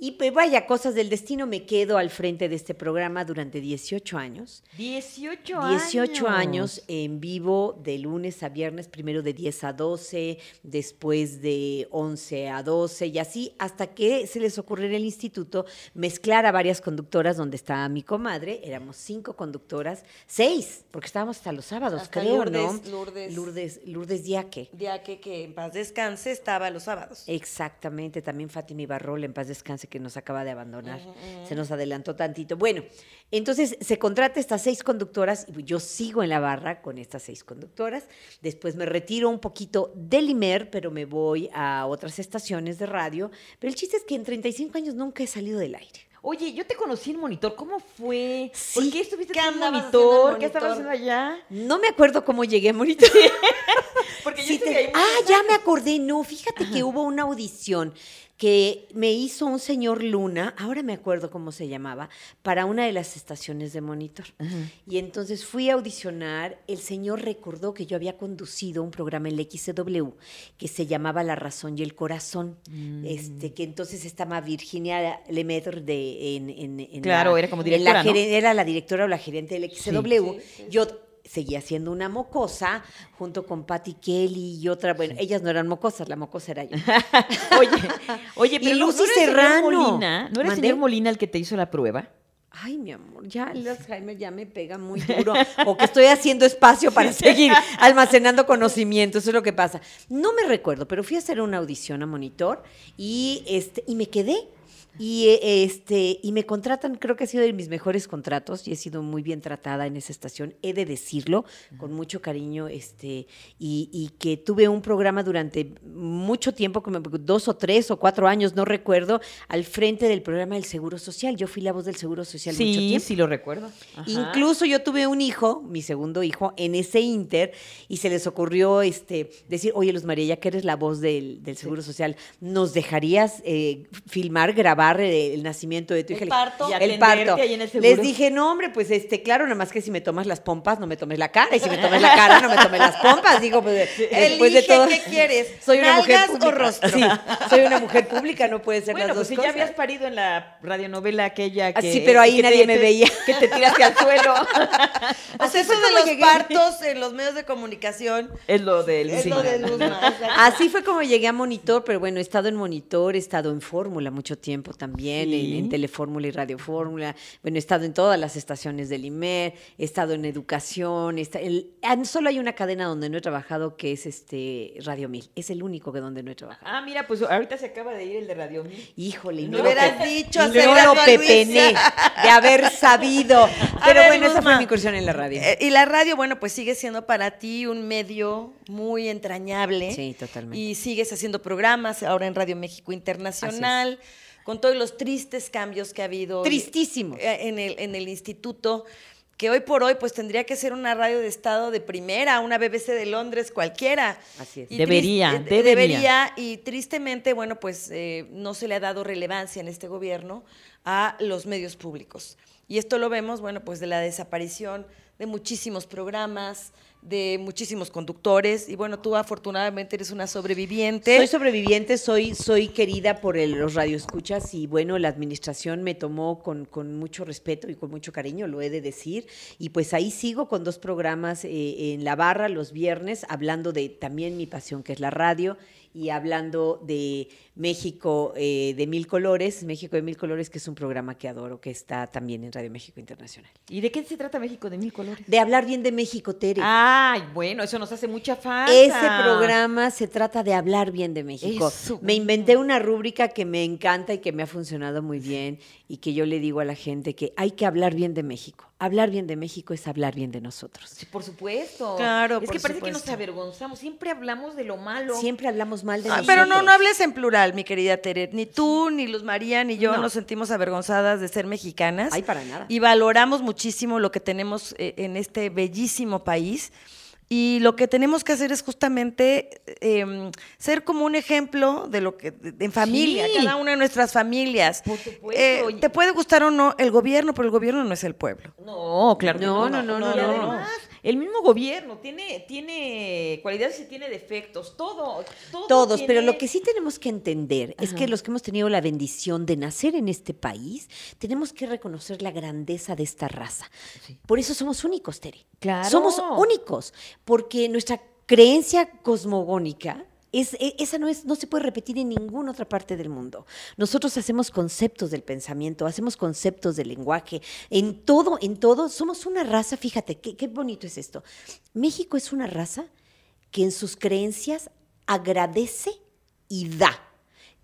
Speaker 5: Y pues vaya, cosas del destino, me quedo al frente de este programa durante 18 años.
Speaker 1: 18 años.
Speaker 5: 18 años en vivo de lunes a viernes, primero de 10 a 12, después de 11 a 12 y así hasta que se les ocurrió en el instituto mezclar a varias conductoras donde estaba mi comadre, éramos cinco conductoras, seis, porque estábamos hasta los sábados,
Speaker 3: Hasta
Speaker 5: creo,
Speaker 3: Lourdes,
Speaker 5: ¿no?
Speaker 3: Lourdes.
Speaker 5: Lourdes, Lourdes Diaque.
Speaker 3: Ya que, que en paz descanse estaba los sábados.
Speaker 5: Eh, Exactamente, también Fátima Ibarrol, en paz descanse, que nos acaba de abandonar. Se nos adelantó tantito. Bueno, entonces se contrata estas seis conductoras y pues, yo sigo en la barra con estas seis conductoras. Después me retiro un poquito del IMER, pero me voy a otras estaciones de radio. Pero el chiste es que en 35 años nunca he salido del aire.
Speaker 1: Oye, yo te conocí en monitor. ¿Cómo fue?
Speaker 5: Sí.
Speaker 1: ¿Por qué estuviste
Speaker 3: ¿Qué
Speaker 1: en
Speaker 3: andabas
Speaker 1: monitor?
Speaker 3: haciendo en
Speaker 1: ¿Qué estabas haciendo
Speaker 3: Monitor?
Speaker 1: allá?
Speaker 5: No me acuerdo cómo llegué a Monitor.
Speaker 1: Porque yo
Speaker 5: Sí,
Speaker 1: estuve
Speaker 5: te-
Speaker 1: ahí
Speaker 5: Ah, ya me acordé, no, fíjate que hubo una audición que me hizo un señor Luna, ahora me acuerdo cómo se llamaba, para una de las estaciones de monitor. Y entonces fui a audicionar, el señor recordó que yo había conducido un programa en la XW que se llamaba La Razón y el Corazón, este, que entonces estaba Virginia Lemaitre de, en, en- en
Speaker 1: Claro,
Speaker 5: la-
Speaker 1: era como
Speaker 5: en la
Speaker 1: directora, ¿no?
Speaker 5: geren- era la directora o la gerente del XW. Yo seguía siendo una mocosa junto con Patty Kelly y otra, bueno, ellas no eran mocosas, la mocosa era yo.
Speaker 1: Oye, oye,
Speaker 5: Y
Speaker 1: pero no,
Speaker 5: Lucy
Speaker 1: ¿no era el señor
Speaker 5: Serrano.
Speaker 1: Molina, ¿no era el
Speaker 5: ¿Mandé?
Speaker 1: señor Molina el que te hizo la prueba?
Speaker 5: Ay, mi amor, ya el Alzheimer ya me pega muy duro. O que estoy haciendo espacio para seguir almacenando conocimiento. Eso es lo que pasa. No me recuerdo, pero fui a hacer una audición a monitor y, este, y me quedé. Y, eh, este, y me contratan, creo que ha sido de mis mejores contratos y he sido muy bien tratada en esa estación, he de decirlo, con mucho cariño, este, y, y que tuve un programa durante mucho tiempo, como dos o tres o cuatro años, no recuerdo, al frente del programa del Seguro Social. Yo fui la voz del Seguro Social mucho
Speaker 1: Sí,
Speaker 5: tiempo.
Speaker 1: sí lo recuerdo. Ajá.
Speaker 5: Incluso yo tuve un hijo, mi segundo hijo, en ese Inter, y se les ocurrió este, decir, oye, Luz María, ya que eres la voz del, del Seguro Social, ¿nos dejarías eh, filmar, grabar eh, el nacimiento de tu
Speaker 1: El
Speaker 5: hija? Le-
Speaker 1: parto. Y
Speaker 5: El
Speaker 1: atenderte
Speaker 5: parto.
Speaker 1: ahí en el seguro.
Speaker 5: les dije, no, hombre, pues este, claro, nada más que si me tomas las pompas, no me tomes la cara, y si me tomas la cara, no me tomes las pompas. Digo, pues, después de
Speaker 3: Elige
Speaker 5: todo.
Speaker 3: qué quieres,
Speaker 5: Soy una mujer
Speaker 3: nalgas o
Speaker 5: pública.
Speaker 3: rostro.
Speaker 5: Sí, soy una mujer pública, no puede ser
Speaker 1: Bueno,
Speaker 5: las
Speaker 1: pues
Speaker 5: dos
Speaker 1: si ya
Speaker 5: cosas.
Speaker 1: habías parido en la radionovela aquella
Speaker 5: Ah,
Speaker 1: que...
Speaker 5: sí, pero ahí
Speaker 1: que
Speaker 5: nadie me veía.
Speaker 1: Que te tiraste al suelo.
Speaker 3: O sea, Pues eso
Speaker 5: fue
Speaker 3: de
Speaker 5: como
Speaker 3: los
Speaker 5: llegué.
Speaker 3: partos en los medios de comunicación
Speaker 1: es lo de
Speaker 3: es lo
Speaker 1: Luzma.
Speaker 3: de Luzma.
Speaker 5: Así fue como llegué a Monitor, pero bueno, he estado en Monitor, he estado en Fórmula mucho tiempo también,
Speaker 1: Sí.
Speaker 5: en, en Telefórmula y Radio Fórmula. Bueno, he estado en todas las estaciones del IMER, he estado en Educación. he esta- el- ah, solo hay una cadena donde no he trabajado que es este Radio 1000. Es el único que donde no he trabajado.
Speaker 1: Ah, mira, pues ahorita se acaba de ir el de Radio Mil.
Speaker 5: Híjole, y
Speaker 1: Lo
Speaker 5: no lo
Speaker 1: hubieras
Speaker 5: pe-
Speaker 3: dicho,
Speaker 5: y
Speaker 3: hacer
Speaker 5: no lo
Speaker 3: Radio
Speaker 5: pepené de haber sabido. Pero
Speaker 3: ver,
Speaker 5: bueno, esa fue
Speaker 3: Luzma.
Speaker 5: mi incursión en la radio.
Speaker 3: Eh, y la radio, bueno, pues sigue siendo para ti un medio muy entrañable.
Speaker 5: Sí, totalmente.
Speaker 3: Y sigues haciendo programas ahora en Radio México Internacional, con todos los tristes cambios que ha habido.
Speaker 5: Tristísimos.
Speaker 3: Eh, En el, en el instituto, que hoy por hoy pues tendría que ser una radio de estado de primera, una BBC de Londres cualquiera.
Speaker 5: Así es.
Speaker 3: Y
Speaker 1: Debería,
Speaker 3: tris- eh,
Speaker 1: debería.
Speaker 3: y tristemente, bueno, pues eh, no se le ha dado relevancia en este gobierno a los medios públicos. Y esto lo vemos, bueno, pues de la desaparición de muchísimos programas, de muchísimos conductores. Y bueno, tú afortunadamente eres una sobreviviente.
Speaker 5: Soy sobreviviente, soy, soy querida por el- los radioescuchas y bueno, la administración me tomó con, con mucho respeto y con mucho cariño, lo he de decir. Y pues ahí sigo con dos programas eh, en La Barra los viernes, hablando de también mi pasión que es la radio y hablando de México eh, de Mil Colores, México de Mil Colores, que es un programa que adoro, que está también en Radio México Internacional.
Speaker 1: ¿Y de qué se trata México de Mil Colores?
Speaker 5: De hablar bien de México, Tere.
Speaker 1: Ah, Ay, bueno, eso nos hace mucha falta.
Speaker 5: Ese programa se trata de hablar bien de México.
Speaker 1: Eso.
Speaker 5: Me inventé una rúbrica que me encanta y que me ha funcionado muy bien y que yo le digo a la gente que hay que hablar bien de México. Hablar bien de México es hablar bien de nosotros.
Speaker 1: Sí, por supuesto.
Speaker 3: Claro,
Speaker 1: Es
Speaker 3: por
Speaker 1: que parece que nos
Speaker 3: supuesto.
Speaker 1: avergonzamos. Siempre hablamos de lo malo.
Speaker 5: Siempre hablamos mal de
Speaker 3: Ah,
Speaker 5: nosotros.
Speaker 3: pero no, no hables en plural, mi querida Teret. Ni tú, ni Luz María, ni yo nos sentimos avergonzadas de ser mexicanas.
Speaker 5: Ay, para nada.
Speaker 3: Y valoramos muchísimo lo que tenemos eh, en este bellísimo país. Y lo que tenemos que hacer es justamente eh, ser como un ejemplo de lo que de- en familia,
Speaker 1: Sí.
Speaker 3: cada una de nuestras familias.
Speaker 1: Por supuesto.
Speaker 3: Eh, te puede gustar o no el gobierno, pero el gobierno no es el pueblo.
Speaker 1: No, claro. que
Speaker 5: No, no, no, no,
Speaker 1: Y
Speaker 5: no.
Speaker 1: además, el mismo gobierno tiene, tiene cualidades y tiene defectos. Todo, todo
Speaker 5: Todos, pero
Speaker 1: tiene-
Speaker 5: lo que sí tenemos que entender es que los que hemos tenido la bendición de nacer en este país, tenemos que reconocer la grandeza de esta raza. Por eso somos únicos, Tere.
Speaker 1: Claro.
Speaker 5: Somos únicos, porque nuestra creencia cosmogónica... Es, e- esa no, es, no se puede repetir en ninguna otra parte del mundo. Nosotros hacemos conceptos del pensamiento, hacemos conceptos del lenguaje, en todo, en todo, somos una raza, fíjate, qué, qué bonito es esto. México es una raza que en sus creencias agradece y da.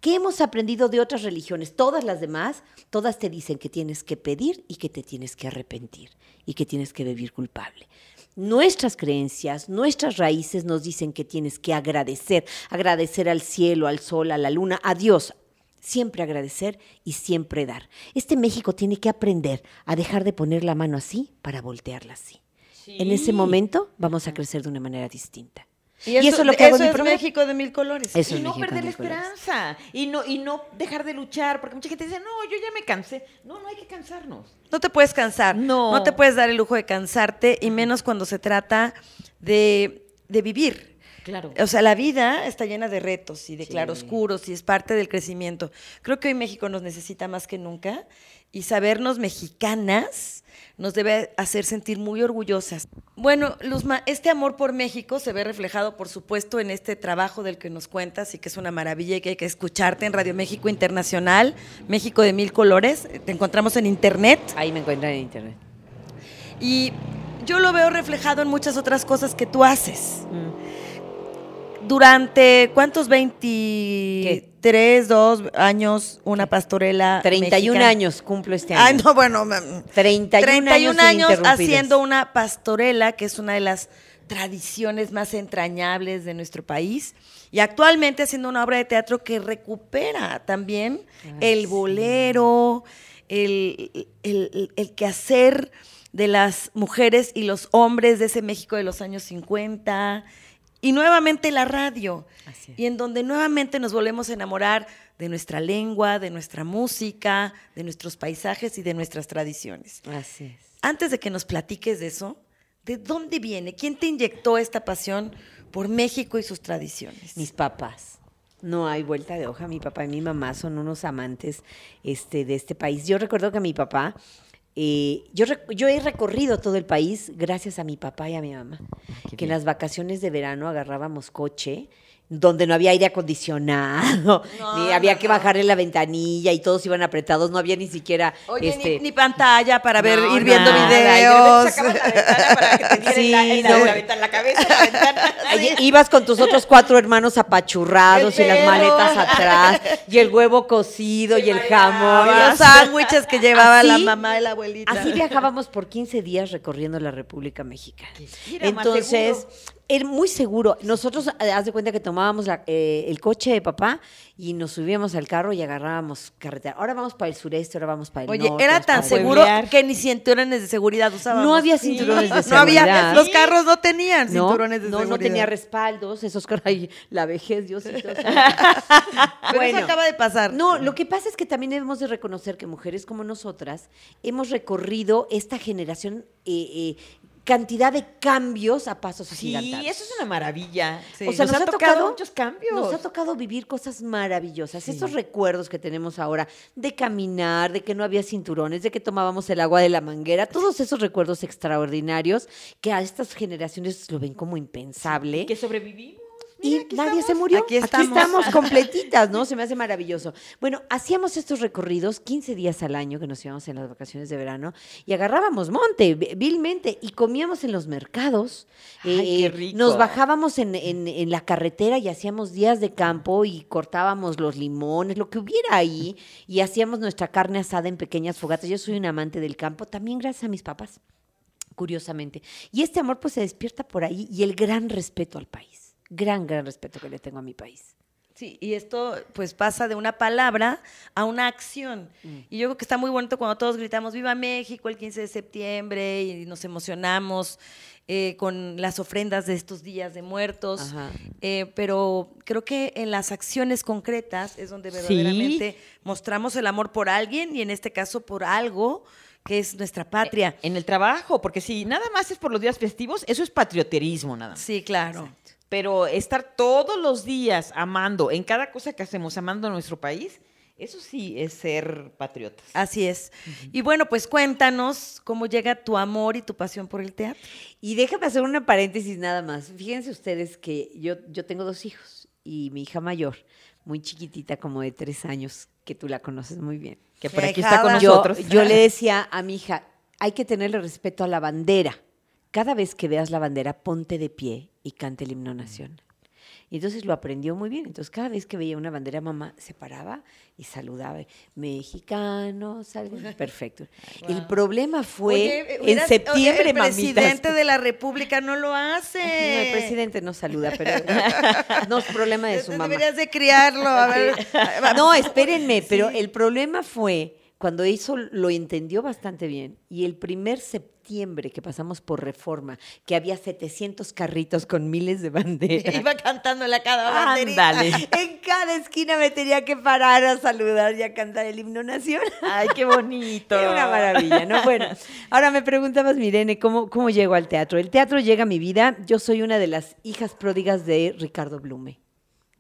Speaker 5: ¿Qué hemos aprendido de otras religiones? Todas las demás, todas te dicen que tienes que pedir y que te tienes que arrepentir y que tienes que vivir culpable. Nuestras creencias, nuestras raíces nos dicen que tienes que agradecer, agradecer al cielo, al sol, a la luna, a Dios, Siempre agradecer y siempre dar. Este México tiene que aprender a dejar de poner la mano así para voltearla así. En ese momento vamos a crecer de una manera distinta. Y eso, es lo que hago en mi
Speaker 3: es
Speaker 5: programa.
Speaker 3: México de mil colores.
Speaker 5: Eso
Speaker 1: y
Speaker 5: es
Speaker 1: no
Speaker 5: México,
Speaker 1: perder la
Speaker 5: Nicolás.
Speaker 1: esperanza y no y no dejar de luchar porque mucha gente dice no yo ya me cansé no no hay que cansarnos
Speaker 3: No te puedes cansar.
Speaker 1: No.
Speaker 3: No te puedes dar el lujo de cansarte, y menos cuando se trata de, de vivir.
Speaker 1: claro
Speaker 3: O sea, la vida está llena de retos y de claroscuros y es parte del crecimiento. Creo que hoy México nos necesita más que nunca y sabernos mexicanas nos debe hacer sentir muy orgullosas. Bueno, Luzma, este amor por México se ve reflejado, por supuesto, en este trabajo del que nos cuentas y que es una maravilla y que hay que escucharte en Radio México Internacional, México de Mil Colores. Te encontramos en internet.
Speaker 5: Ahí me encuentran en internet.
Speaker 3: Y yo lo veo reflejado en muchas otras cosas que tú haces.
Speaker 5: Mm.
Speaker 3: Durante cuántos 23, 2 años una
Speaker 5: Ah,
Speaker 3: pastorela
Speaker 5: 31
Speaker 3: mexicana?
Speaker 5: años cumplo este
Speaker 3: Ay,
Speaker 5: año.
Speaker 3: no, bueno, mam.
Speaker 5: 31,
Speaker 3: 31
Speaker 5: años,
Speaker 3: años
Speaker 5: ininterrumpidos.
Speaker 3: haciendo una pastorela, que es una de las tradiciones más entrañables de nuestro país, y actualmente haciendo una obra de teatro que recupera también
Speaker 5: Ah,
Speaker 3: el bolero, el, el- el- el quehacer de las mujeres y los hombres de ese México de los años 50, y nuevamente la radio,
Speaker 5: Así es.
Speaker 3: y en donde nuevamente nos volvemos a enamorar de nuestra lengua, de nuestra música, de nuestros paisajes y de nuestras tradiciones.
Speaker 5: Así es.
Speaker 3: Antes de que nos platiques de eso, ¿de dónde viene? ¿Quién te inyectó esta pasión por México y sus tradiciones?
Speaker 5: Mis papás. No hay vuelta de hoja. Mi papá y mi mamá son unos amantes este, de este país. Yo recuerdo que mi papá, eh, yo, rec- yo he recorrido todo el país gracias a mi papá y a mi mamá, que en las vacaciones de verano agarrábamos coche donde no había aire acondicionado, ni había que bajarle la ventanilla y todos iban apretados, no había ni siquiera...
Speaker 3: Oye,
Speaker 5: este,
Speaker 3: ni, ni pantalla para ver,
Speaker 5: No,
Speaker 3: ir viendo
Speaker 5: nada,
Speaker 3: videos.
Speaker 1: Sacabas la ventana para que te diera en la-
Speaker 5: Sí,
Speaker 1: en la- en
Speaker 5: no.
Speaker 1: la ventana, en la cabeza, en la ventana.
Speaker 5: Ay, Ibas con tus otros cuatro hermanos apachurrados
Speaker 3: El
Speaker 5: y las
Speaker 3: perro.
Speaker 5: maletas atrás y el huevo cocido y el jamón.
Speaker 3: Y los sándwiches que llevaba la mamá y la abuelita.
Speaker 5: Así viajábamos por 15 días recorriendo la República Mexicana.
Speaker 1: era más
Speaker 5: Entonces,
Speaker 1: seguro.
Speaker 5: era muy seguro. Nosotros, eh, haz de cuenta que tomábamos la- eh, el coche de papá y nos subíamos al carro y agarrábamos carretera. Ahora vamos para el sureste, ahora vamos para el
Speaker 3: Oye,
Speaker 5: norte.
Speaker 3: era
Speaker 5: vamos
Speaker 3: tan
Speaker 5: para el-
Speaker 3: seguro
Speaker 1: pueblear.
Speaker 3: que ni cinturones de seguridad usábamos.
Speaker 5: No había cinturones de
Speaker 3: No había,
Speaker 5: seguridad.
Speaker 3: los carros no tenían
Speaker 5: No,
Speaker 3: cinturones de
Speaker 5: no,
Speaker 3: seguridad.
Speaker 5: no tenía respaldos, esos caray, la vejez, Diosito.
Speaker 3: Pero eso acaba de pasar.
Speaker 5: No, lo que pasa es que también debemos de reconocer que mujeres como nosotras hemos recorrido esta generación eh, eh, cantidad de cambios a pasos
Speaker 1: Sí,
Speaker 5: agigantados.
Speaker 1: eso es una maravilla.
Speaker 3: Sí.
Speaker 5: O sea, nos, ha tocado,
Speaker 1: muchos cambios.
Speaker 5: Nos ha tocado vivir cosas maravillosas. Estos recuerdos que tenemos ahora de caminar, de que no había cinturones, de que tomábamos el agua de la manguera, todos esos recuerdos extraordinarios que a estas generaciones lo ven como impensable.
Speaker 1: que sobrevivimos.
Speaker 5: Y
Speaker 1: Mira, aquí
Speaker 5: nadie se
Speaker 1: estamos.
Speaker 5: murió.
Speaker 3: Aquí
Speaker 5: Aquí
Speaker 3: estamos.
Speaker 5: estamos. completitas, ¿no? Se me hace maravilloso. Bueno, hacíamos estos recorridos 15 días al año que nos íbamos en las vacaciones de verano y agarrábamos monte vi- vilmente y comíamos en los mercados. Eh,
Speaker 1: Ay, qué rico.
Speaker 5: Nos bajábamos en, en- en la carretera y hacíamos días de campo y cortábamos los limones, lo que hubiera ahí y hacíamos nuestra carne asada en pequeñas fogatas. Yo soy un amante del campo, también gracias a mis papás curiosamente. Y este amor pues se despierta por ahí y el gran respeto al país. Gran, gran respeto que le tengo a mi país.
Speaker 3: Sí, y esto pues pasa de una palabra a una acción. Y yo creo que está muy bonito cuando todos gritamos Viva México el 15 de septiembre y nos emocionamos eh, con las ofrendas de estos días de muertos.
Speaker 5: Ajá.
Speaker 3: Eh, pero creo que en las acciones concretas es donde
Speaker 1: Sí.
Speaker 3: verdaderamente mostramos el amor por alguien y en este caso por algo que es nuestra patria.
Speaker 1: En el trabajo, porque si nada más es por los días festivos, eso es patrioterismo nada más.
Speaker 3: Sí, claro.
Speaker 1: Pero estar todos los días amando, en cada cosa que hacemos, amando a nuestro país, eso sí es ser patriotas.
Speaker 3: Así es. Y bueno, pues cuéntanos cómo llega tu amor y tu pasión por el teatro.
Speaker 5: Y déjame hacer una paréntesis nada más. Fíjense ustedes que yo, yo tengo dos hijos y mi hija mayor, muy chiquitita, como de tres años, que tú la conoces muy bien.
Speaker 1: Que por aquí
Speaker 3: Dejada.
Speaker 1: está con
Speaker 3: Yo-
Speaker 1: nosotros.
Speaker 5: Yo le decía a mi hija, hay que tenerle respeto a la bandera. Cada vez que veas la bandera, ponte de pie y cante el himno nacional. Y entonces lo aprendió muy bien. Entonces cada vez que veía una bandera, mamá se paraba y saludaba. Mexicanos, algo. Perfecto. El problema fue
Speaker 3: Oye, eh,
Speaker 5: en
Speaker 3: hubieras-
Speaker 5: septiembre,
Speaker 3: El presidente
Speaker 5: mamitas.
Speaker 3: de la República no lo hace.
Speaker 5: No, el presidente no saluda, pero no es problema de su mamá.
Speaker 3: Deberías de criarlo. A ver.
Speaker 5: No, espérenme, pero el problema fue cuando eso lo entendió bastante bien y el primer septiembre que pasamos por reforma, que había 700 carritos con miles de banderas.
Speaker 3: Iba cantándole a cada banderita.
Speaker 1: Ándale.
Speaker 5: En cada esquina me tenía que parar a saludar y a cantar el himno nacional.
Speaker 1: Ay, qué bonito.
Speaker 5: Era una maravilla, ¿no? Bueno, ahora me preguntabas, Mirene, ¿cómo, ¿cómo llego al teatro? El teatro llega a mi vida. Yo soy una de las hijas pródigas de Ricardo Blume.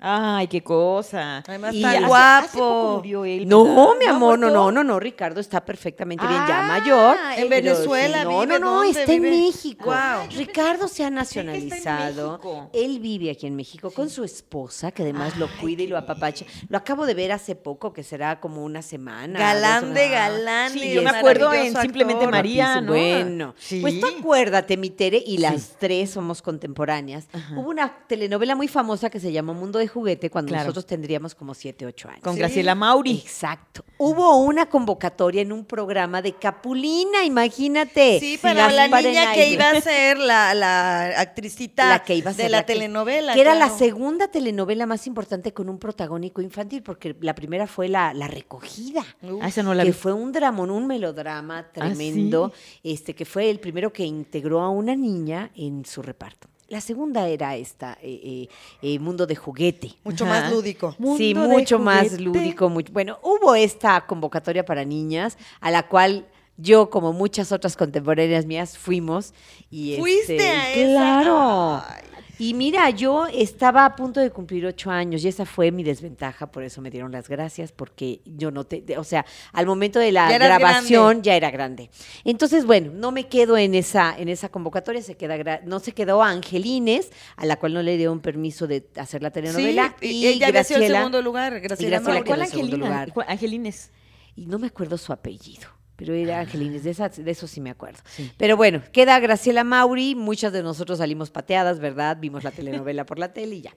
Speaker 1: Ay, qué cosa.
Speaker 3: Además,
Speaker 1: Y
Speaker 3: tan
Speaker 1: hace-
Speaker 3: guapo.
Speaker 1: hace poco murió él,
Speaker 5: No,
Speaker 1: ¿verdad?
Speaker 5: mi amor, no,
Speaker 1: muerto?
Speaker 5: no, no, no, Ricardo está perfectamente bien, ya
Speaker 1: Ah,
Speaker 5: mayor.
Speaker 3: en
Speaker 5: pero
Speaker 3: Venezuela
Speaker 5: sí, No,
Speaker 3: vive,
Speaker 5: no, no,
Speaker 3: ¿dónde
Speaker 5: está en
Speaker 3: vive?
Speaker 5: México.
Speaker 3: Guau.
Speaker 5: Ricardo se ha
Speaker 1: está en
Speaker 5: nacionalizado.
Speaker 1: México.
Speaker 5: Él vive aquí en México con su esposa, que además lo cuida y lo apapacha. Lo acabo de ver hace poco, que será como una semana.
Speaker 3: Galán
Speaker 5: dos
Speaker 3: de
Speaker 5: semanas.
Speaker 3: galán.
Speaker 1: Sí, yo me acuerdo en Simplemente
Speaker 5: Rapidísimo.
Speaker 1: María, ¿no?
Speaker 5: Bueno,
Speaker 1: Sí.
Speaker 5: pues tú acuérdate, mi Tere, y las tres somos contemporáneas. Hubo una telenovela muy famosa que se llamó Mundo de Juguete cuando
Speaker 1: Claro.
Speaker 5: nosotros tendríamos como siete, ocho años.
Speaker 1: Con Graciela Mauri.
Speaker 5: Exacto. Hubo una convocatoria en un programa de Capulina, imagínate.
Speaker 3: Sí,
Speaker 5: Y
Speaker 3: para
Speaker 5: las
Speaker 3: la
Speaker 5: Karen
Speaker 3: niña que
Speaker 5: Aire.
Speaker 3: iba a ser la, la actricita
Speaker 5: La que iba a ser
Speaker 3: de la,
Speaker 5: que-
Speaker 3: telenovela.
Speaker 5: Que era la
Speaker 3: claro.
Speaker 5: segunda telenovela más importante con un protagónico infantil, porque la primera fue La, la Recogida.
Speaker 1: Ah, esa no la
Speaker 5: que
Speaker 1: vi. ¿Ah,
Speaker 5: fue un dramón, un melodrama tremendo, este que fue el primero que integró a una niña en su reparto. La segunda era esta, eh, eh, eh, Mundo de Juguete.
Speaker 3: Mucho
Speaker 1: Ajá.
Speaker 3: más lúdico.
Speaker 5: sí,
Speaker 1: Mundo de
Speaker 5: mucho más
Speaker 1: juguete.
Speaker 5: lúdico. mucho- bueno, hubo esta convocatoria para niñas a la cual yo, como muchas otras contemporáneas mías, fuimos. Y
Speaker 3: Fuiste
Speaker 5: este,
Speaker 3: a esa.
Speaker 5: Claro.
Speaker 3: Ay.
Speaker 5: Y mira, yo estaba a punto de cumplir ocho años y esa fue mi desventaja, por eso me dieron las gracias, porque yo no te, o sea, al momento de la
Speaker 3: Ya eras
Speaker 5: grabación
Speaker 3: grande.
Speaker 5: ya era grande. Entonces, bueno, no me quedo en esa, en esa convocatoria, se queda, gra- no se quedó Angelines, a la cual no le dio un permiso de hacer la telenovela.
Speaker 3: Sí,
Speaker 5: y
Speaker 3: y ella nació en
Speaker 5: Graciela-
Speaker 3: segundo lugar, Graciela,
Speaker 5: Graciela
Speaker 3: Mauri.
Speaker 5: quedó en
Speaker 1: ¿Cuál
Speaker 5: segundo
Speaker 1: Angelina?
Speaker 5: lugar.
Speaker 1: ¿Cuál- Angelines.
Speaker 5: y no me acuerdo su apellido. Pero
Speaker 3: Ah.
Speaker 5: era Angelines, de, esas- de eso sí me acuerdo. Pero bueno, queda Graciela Mauri, muchas de nosotros salimos pateadas, ¿verdad? Vimos la telenovela por la tele y ya.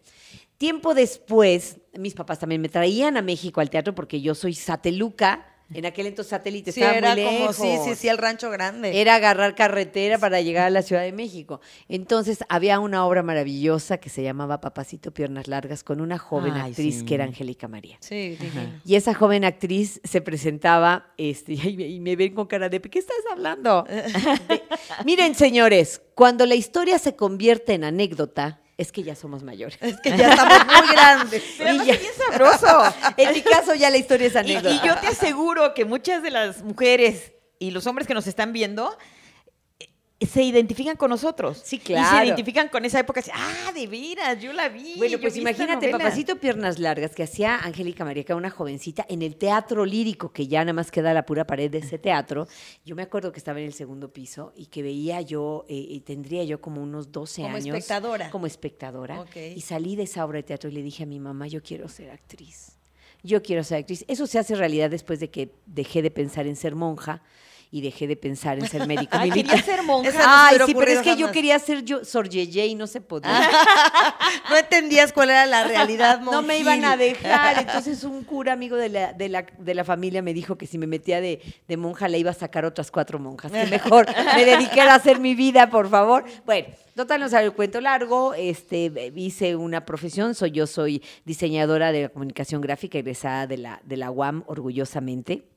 Speaker 5: Tiempo después, mis papás también me traían a México al teatro porque yo soy sateluca. En aquel entonces satélite
Speaker 3: Sí,
Speaker 5: estaba
Speaker 3: era
Speaker 5: muy
Speaker 3: como, sí,
Speaker 5: lejos.
Speaker 3: sí, sí, el rancho grande.
Speaker 5: Era agarrar carretera para llegar a la Ciudad de México. Entonces había una obra maravillosa que se llamaba Papacito Piernas Largas con una joven
Speaker 1: Ay,
Speaker 5: actriz
Speaker 1: sí.
Speaker 5: que era Angélica María.
Speaker 3: Sí, divino.
Speaker 5: Y esa joven actriz se presentaba este, y, me, y me ven con cara de, ¿qué estás hablando? De- Miren, señores, cuando la historia se convierte en anécdota, es que ya somos mayores.
Speaker 3: Es que ya estamos muy grandes.
Speaker 5: Y ya- En mi caso ya la historia es
Speaker 1: Y,
Speaker 5: anécdota.
Speaker 1: y yo te aseguro que muchas de las mujeres y los hombres que nos están viendo eh, se identifican con nosotros.
Speaker 5: Sí,
Speaker 1: Y
Speaker 5: claro.
Speaker 1: se identifican con esa época. así, ah, de veras, yo la vi.
Speaker 5: Bueno,
Speaker 1: yo
Speaker 5: pues
Speaker 1: vi esta
Speaker 5: imagínate,
Speaker 1: novela".
Speaker 5: Papacito Piernas Largas, que hacía Angélica María, que era una jovencita en el teatro lírico, que ya nada más queda la pura pared de ese teatro. Yo me acuerdo que estaba en el segundo piso y que veía yo, eh, eh, tendría yo como unos 12
Speaker 3: Como
Speaker 5: años.
Speaker 3: espectadora.
Speaker 5: Como espectadora.
Speaker 3: Ok.
Speaker 5: Y salí de esa obra de teatro y le dije a mi mamá, yo quiero ser actriz. Yo quiero ser actriz. Eso se hace realidad después de que dejé de pensar en ser monja y dejé de pensar en Ah, ser médico
Speaker 3: Ah,
Speaker 1: Ay,
Speaker 5: militar.
Speaker 1: quería ser monja.
Speaker 3: Esa no se
Speaker 5: Ay,
Speaker 3: hubiera
Speaker 5: sí, pero es
Speaker 3: ocurrido
Speaker 5: que yo
Speaker 3: jamás.
Speaker 5: quería ser yo Sor Yeye y no se podía.
Speaker 3: No entendías cuál era la realidad,
Speaker 5: No me
Speaker 3: monjil.
Speaker 5: iban a dejar. Entonces un cura amigo de la, de la, de la familia me dijo que si me metía de, de monja le iba a sacar otras cuatro monjas. Que mejor me dedicara a hacer mi vida, por favor. Bueno, total, no sabe el cuento largo. Este, hice una profesión. Soy, yo soy diseñadora de la comunicación gráfica, egresada de la, de la UAM, orgullosamente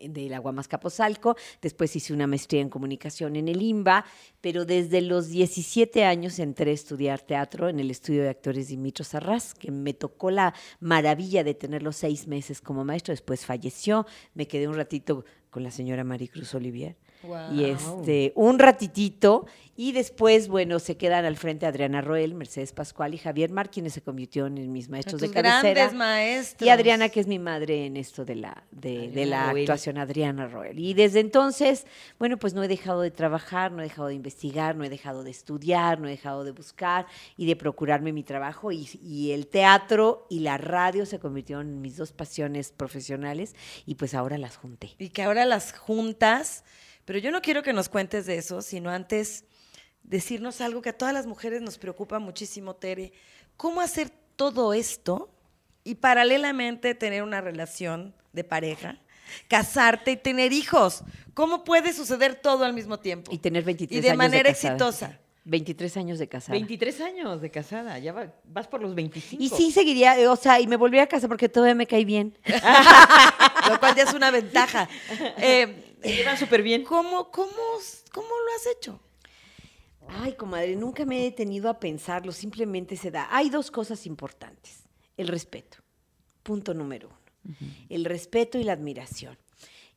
Speaker 5: de la Guamas Capozalco, después hice una maestría en comunicación en el IMBA, pero desde los 17 años entré a estudiar teatro en el estudio de actores Dimitros Arras, que me tocó la maravilla de tenerlo seis meses como maestro, después falleció, me quedé un ratito con la señora Maricruz Olivier. Y este, un ratitito, y después, bueno, se quedan al frente Adriana Roel, Mercedes Pascual y Javier Mar, quienes se convirtieron en mis maestros
Speaker 3: Tus
Speaker 5: de cabecera.
Speaker 3: grandes maestros.
Speaker 5: Y Adriana, que es mi madre en esto de la, de, de la
Speaker 1: Roel.
Speaker 5: actuación, Adriana Roel. Y desde entonces, bueno, pues no he dejado de trabajar, no he dejado de investigar, no he dejado de estudiar, no he dejado de buscar y de procurarme mi trabajo. Y, y el teatro y la radio se convirtieron en mis dos pasiones profesionales y pues ahora las junté.
Speaker 3: Y que ahora las juntas, pero yo no quiero que nos cuentes de eso, sino antes decirnos algo que a todas las mujeres nos preocupa muchísimo, Tere. ¿Cómo hacer todo esto y paralelamente tener una relación de pareja, casarte y tener hijos? ¿Cómo puede suceder todo al mismo tiempo?
Speaker 5: Y tener 23
Speaker 3: Y de
Speaker 5: años
Speaker 3: manera
Speaker 5: casada.
Speaker 3: exitosa.
Speaker 5: 23 años de casada.
Speaker 1: 23 años de casada, ya va- vas por los 25.
Speaker 5: Y sí seguiría, eh, o sea, y me volví a casa porque todavía me cae bien.
Speaker 3: lo cual ya es una ventaja. Eh,
Speaker 1: Se llevan súper bien.
Speaker 3: ¿cómo, cómo, ¿Cómo lo has hecho?
Speaker 5: Ay, comadre, nunca me he detenido a pensarlo, simplemente se da. Hay dos cosas importantes, el respeto, punto número uno, el respeto y la admiración.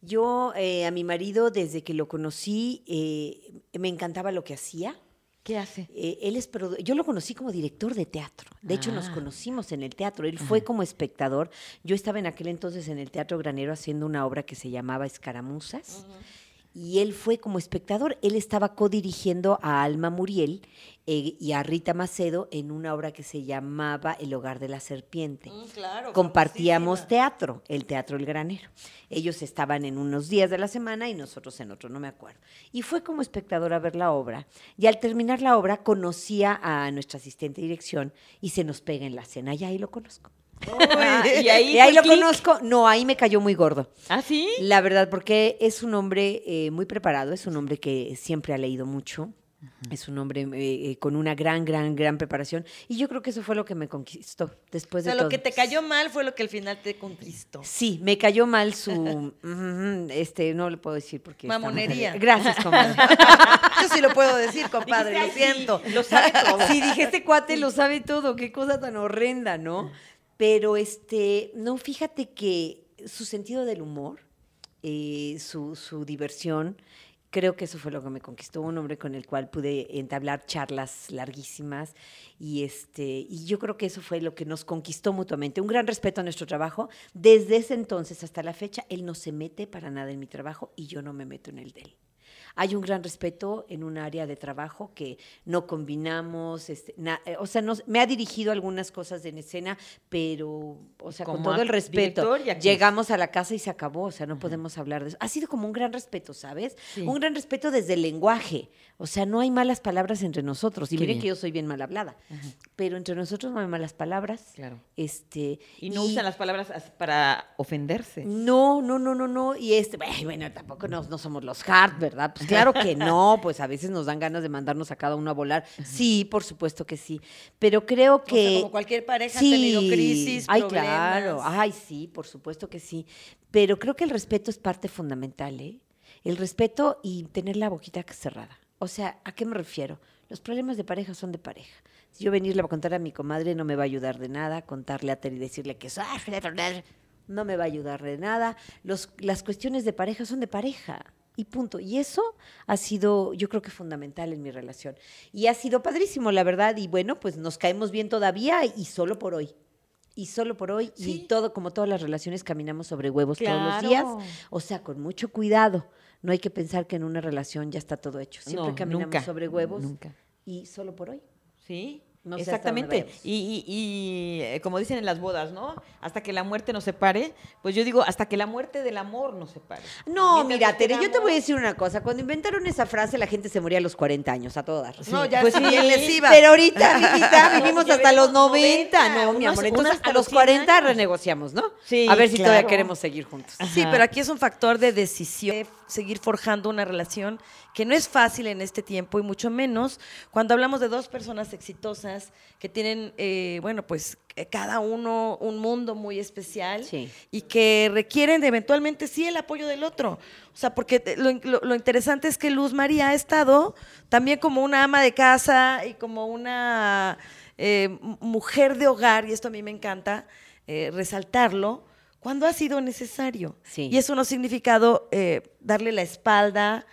Speaker 5: Yo eh, a mi marido, desde que lo conocí, eh, me encantaba lo que hacía,
Speaker 1: ¿Qué hace?
Speaker 5: Eh, él es produ- yo lo conocí como director de teatro. De hecho, nos
Speaker 1: Ah.
Speaker 5: conocimos en el teatro. Él fue como espectador. Yo estaba en aquel entonces en el Teatro Granero haciendo una obra que se llamaba Escaramuzas. Y él fue como espectador. Él estaba codirigiendo a Alma Muriel eh, y a Rita Macedo en una obra que se llamaba El hogar de la serpiente
Speaker 3: Mm, claro.
Speaker 5: compartíamos teatro, el Teatro El Granero. Ellos estaban en unos días de la semana y nosotros en otro, no me acuerdo. Y fue como espectadora a ver la obra. Y al terminar la obra conocía a nuestra asistente de dirección y se nos pega en la cena. Y ahí lo conozco.
Speaker 1: Ah,
Speaker 3: Ah,
Speaker 1: y ahí,
Speaker 5: Y ahí
Speaker 1: fue
Speaker 5: lo
Speaker 1: clic.
Speaker 5: conozco. No, ahí me cayó muy gordo.
Speaker 1: ¿Ah, sí?
Speaker 5: La verdad, porque es un hombre eh, muy preparado, es un hombre que siempre ha leído mucho. Es un hombre eh, eh, con una gran, gran, gran preparación. Y yo creo que eso fue lo que me conquistó
Speaker 3: O
Speaker 5: después
Speaker 3: sea,
Speaker 5: de
Speaker 3: lo
Speaker 5: todo.
Speaker 3: que te cayó mal fue lo que al final te conquistó.
Speaker 5: Sí, me cayó mal su. ujú, este, no le puedo decir porque. estamos al
Speaker 3: Mamonería.
Speaker 5: aire. Gracias, comadre.
Speaker 3: Yo sí lo puedo decir, compadre, lo
Speaker 1: Dijiste, "Ay, sí,
Speaker 3: siento.
Speaker 1: Lo sabe todo.
Speaker 5: Sí, dije, este cuate lo sabe todo, qué cosa tan horrenda, ¿no? Pero este, no, fíjate que su sentido del humor, eh, su, su diversión, creo que eso fue lo que me conquistó, un hombre con el cual pude entablar charlas larguísimas y este, y yo creo que eso fue lo que nos conquistó mutuamente, un gran respeto a nuestro trabajo. Desde ese entonces hasta la fecha, él no se mete para nada en mi trabajo y yo no me meto en el de él hay un gran respeto en un área de trabajo que no combinamos, este, na- eh, o sea, nos- me ha dirigido algunas cosas en escena, pero, o sea, con
Speaker 1: Como
Speaker 5: todo el
Speaker 1: act-
Speaker 5: respeto,
Speaker 1: director y actriz.
Speaker 5: llegamos a la casa y se acabó, o sea, no podemos hablar de eso. Ha sido como un gran respeto, ¿sabes?
Speaker 1: Sí.
Speaker 5: Un gran respeto desde el lenguaje, o sea, no hay malas palabras entre nosotros, y
Speaker 1: Qué
Speaker 5: miren
Speaker 1: bien.
Speaker 5: que yo soy bien mal hablada, pero entre nosotros no hay malas palabras.
Speaker 1: Claro.
Speaker 5: Este,
Speaker 1: Y no usan las palabras as- para
Speaker 3: Este.
Speaker 1: ofenderse.
Speaker 5: no, no, no, no, no. Y este, ay, bueno, tampoco nos, no somos los hard, ¿verdad? Pues claro que no, pues a veces nos dan ganas de mandarnos a cada uno a volar. Sí, por supuesto que sí. Pero creo
Speaker 3: O sea,
Speaker 5: que.
Speaker 3: como cualquier pareja ha tenido crisis,
Speaker 5: Ay,
Speaker 3: problemas.
Speaker 5: claro. Ay, sí, por supuesto que sí. Pero creo que el respeto es parte fundamental, ¿eh? El respeto y tener la boquita cerrada. O sea, ¿a qué me refiero? Los problemas de pareja son de pareja. Si yo venirle a contar a mi comadre no me va a ayudar de nada, contarle a Terry y decirle que es... "Ah, no me va a ayudar de nada. Los- las cuestiones de pareja son de pareja. Y punto. Y eso ha sido, yo creo que fundamental en mi relación. Y ha sido padrísimo, la verdad. Y bueno, pues nos caemos bien todavía y solo por hoy. Y solo por hoy, y todo, como todas las relaciones, caminamos sobre huevos todos los días.
Speaker 1: Claro.
Speaker 5: O sea, con mucho cuidado. No hay que pensar que en una relación ya está todo hecho. Siempre
Speaker 1: No,
Speaker 5: caminamos
Speaker 1: nunca,
Speaker 5: sobre huevos.
Speaker 1: nunca.
Speaker 5: Y solo por hoy.
Speaker 1: Sí.
Speaker 5: No sé hasta dónde
Speaker 1: Exactamente.
Speaker 5: vayamos.
Speaker 1: Y, y- y, eh, como dicen en las bodas, ¿no? Hasta que la muerte nos separe. Pues yo digo, hasta que la muerte del amor nos separe.
Speaker 5: No,
Speaker 1: Mientras
Speaker 5: mira,
Speaker 1: nos
Speaker 5: Tere, yo te
Speaker 1: queramos-
Speaker 5: voy a decir una cosa. Cuando inventaron esa frase, la gente se moría a los 40 años, a todas.
Speaker 3: No, ya
Speaker 1: Pues
Speaker 3: sí,
Speaker 1: sí,
Speaker 3: bien les iba.
Speaker 5: Pero ahorita, mijita,
Speaker 1: No,
Speaker 5: vivimos
Speaker 1: ya
Speaker 5: hasta
Speaker 1: vivimos
Speaker 5: los 90.
Speaker 1: 90,
Speaker 5: no, mi
Speaker 1: unos-
Speaker 5: amor.
Speaker 1: unos
Speaker 5: Entonces,
Speaker 1: hasta
Speaker 5: a los
Speaker 1: los
Speaker 5: 40
Speaker 1: años.
Speaker 5: renegociamos, ¿no?
Speaker 1: Sí,
Speaker 5: A ver si todavía
Speaker 1: claro.
Speaker 5: queremos seguir juntos.
Speaker 3: Sí, pero aquí es un factor de decisión, de seguir forjando una relación que no es fácil en este tiempo y mucho menos cuando hablamos de dos personas exitosas que tienen, eh, bueno, pues eh, cada uno un mundo muy especial
Speaker 5: Sí.
Speaker 3: ¿eh? y que requieren de eventualmente sí el apoyo del otro. O sea, porque te- lo, lo- lo interesante es que Luz María ha estado también como una ama de casa y como una eh, m- mujer de hogar, y esto a mí me encanta eh, resaltarlo, cuando ha sido necesario.
Speaker 5: Sí.
Speaker 3: Y eso no ha significado eh, darle la espalda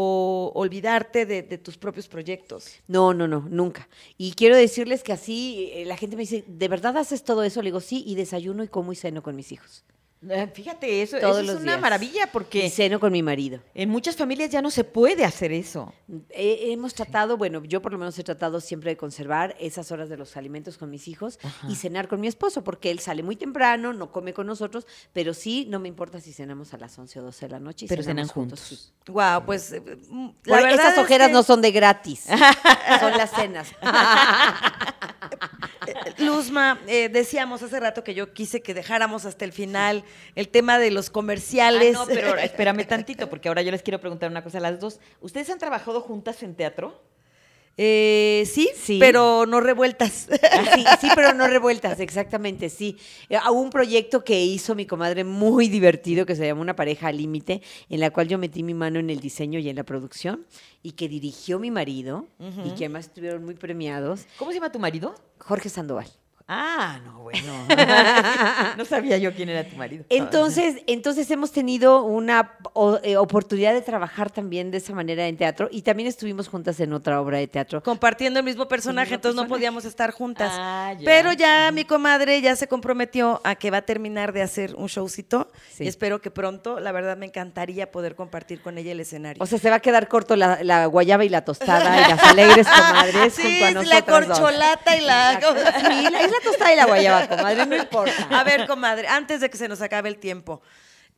Speaker 3: o olvidarte de, de tus propios proyectos.
Speaker 5: No, no, no, nunca. Y quiero decirles que así eh, la gente me dice, ¿de verdad haces todo eso? Le digo, sí, y desayuno y como y ceno con mis hijos.
Speaker 1: Eh, Fíjate, eso,
Speaker 5: Todos
Speaker 1: eso es
Speaker 5: los
Speaker 1: una
Speaker 5: días.
Speaker 1: maravilla
Speaker 5: Y
Speaker 1: porque
Speaker 5: ceno con mi marido.
Speaker 1: en muchas familias ya no se puede hacer eso.
Speaker 5: He- hemos tratado, bueno, yo por lo menos he tratado siempre de conservar esas horas de los alimentos con mis hijos y cenar con mi esposo, porque él sale muy temprano, no come con nosotros, pero sí, no me importa si cenamos a las 11 o 12 de la noche. y
Speaker 1: Pero cenan
Speaker 5: cenamos juntos.
Speaker 1: juntos.
Speaker 5: sí.
Speaker 3: Wow, pues eh, la
Speaker 5: Por-
Speaker 3: verdad
Speaker 5: esas
Speaker 3: es
Speaker 5: ojeras
Speaker 3: que-
Speaker 5: no son de gratis, son las cenas.
Speaker 3: Luzma, eh, decíamos hace rato que yo quise que dejáramos hasta el final el tema de los comerciales.
Speaker 1: Ah, no, pero ahora, espérame tantito, porque ahora yo les quiero preguntar una cosa a las dos. ¿Ustedes han trabajado juntas en teatro?
Speaker 3: Eh, sí,
Speaker 5: Sí.
Speaker 3: pero no revueltas.
Speaker 5: Ah, Sí, sí, pero no revueltas, exactamente, sí. Eh, Hubo un proyecto que hizo mi comadre muy divertido que se llamó Una pareja al límite, en la cual yo metí mi mano en el diseño y en la producción y que dirigió mi marido y que además estuvieron muy premiados,
Speaker 1: ¿Cómo se llama tu marido?
Speaker 5: Jorge Sandoval.
Speaker 1: Ah, no, bueno. no sabía yo quién era tu marido.
Speaker 5: Entonces, entonces hemos tenido una o- eh, oportunidad de trabajar también de esa manera en teatro y también estuvimos juntas en otra obra de teatro.
Speaker 3: compartiendo el mismo personaje,
Speaker 1: mismo
Speaker 3: entonces no
Speaker 1: personaje.
Speaker 3: podíamos estar juntas.
Speaker 1: Ah, ya.
Speaker 3: Pero ya mi comadre ya se comprometió a que va a terminar de hacer un showcito
Speaker 5: Sí.
Speaker 3: y espero que pronto, la verdad me encantaría poder compartir con ella el escenario.
Speaker 5: O sea, se va a quedar corto la, la guayaba y la tostada y las alegres comadres
Speaker 3: Ah, sí,
Speaker 5: junto a
Speaker 3: es
Speaker 5: nosotras
Speaker 3: la
Speaker 5: dos.
Speaker 3: corcholata y la...
Speaker 5: Sí, la- es la tostada y la guayaba, comadre, no importa.
Speaker 3: A ver, comadre, antes de que se nos acabe el tiempo.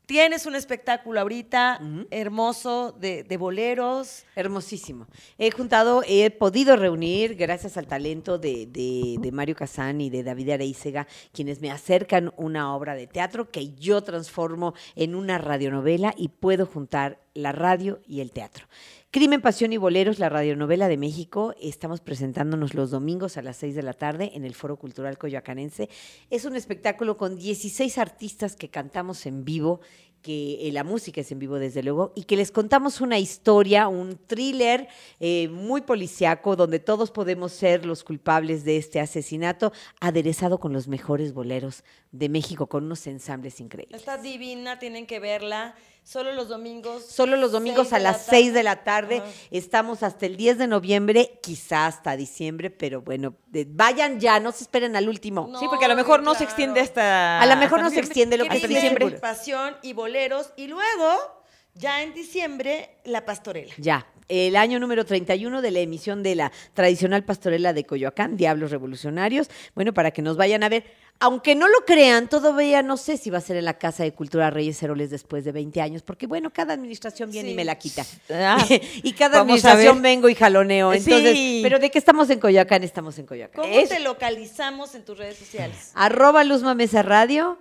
Speaker 3: Tienes un espectáculo ahorita hermoso de, de boleros.
Speaker 5: Hermosísimo. He juntado, he podido reunir, gracias al talento de, de- de Mario Casán y de David Areísega, quienes me acercan una obra de teatro que yo transformo en una radionovela y puedo juntar la radio y el teatro. Crimen, Pasión y Boleros, la radionovela de México. Estamos presentándonos los domingos a las 6 de la tarde en el Foro Cultural Coyoacanense. Es un espectáculo con 16 artistas que cantamos en vivo que eh, la música es en vivo desde luego, y que les contamos una historia, un thriller eh, muy policiaco, donde todos podemos ser los culpables de este asesinato, aderezado con los mejores boleros de México, con unos ensambles increíbles.
Speaker 3: Está divina, tienen que verla. Solo los domingos.
Speaker 5: Solo los domingos
Speaker 3: seis
Speaker 5: a
Speaker 3: de la
Speaker 5: las 6
Speaker 3: tarde.
Speaker 5: de la tarde,
Speaker 3: Ajá.
Speaker 5: estamos hasta el 10 de noviembre, quizá hasta diciembre, pero bueno, de- vayan ya, no se esperen al último.
Speaker 3: No,
Speaker 1: sí, porque a lo mejor no se
Speaker 3: claro.
Speaker 1: extiende hasta.
Speaker 5: A lo mejor no
Speaker 1: hasta
Speaker 5: se extiende lo que
Speaker 1: hasta
Speaker 5: Hasta
Speaker 3: Crimen,
Speaker 5: diciembre.
Speaker 3: Pasión y boleros. Y luego, ya en diciembre, la pastorela.
Speaker 5: Ya. El año número 31 de la emisión de la tradicional pastorela de Coyoacán, Diablos Revolucionarios. Bueno, para que nos vayan a ver. Aunque no lo crean, todavía no sé si va a ser en la Casa de Cultura Reyes Heroles después de 20 años, porque bueno, cada administración viene y
Speaker 3: Sí.
Speaker 5: me la quita.
Speaker 1: Ah,
Speaker 5: y cada
Speaker 1: vamos a ver.
Speaker 5: administración vengo y jaloneo. Entonces,
Speaker 1: Sí.
Speaker 5: pero de que estamos en Coyoacán, estamos en Coyoacán.
Speaker 3: ¿Cómo
Speaker 5: Es
Speaker 3: te localizamos en tus redes sociales?
Speaker 5: Arroba Luzma Mesa Radio.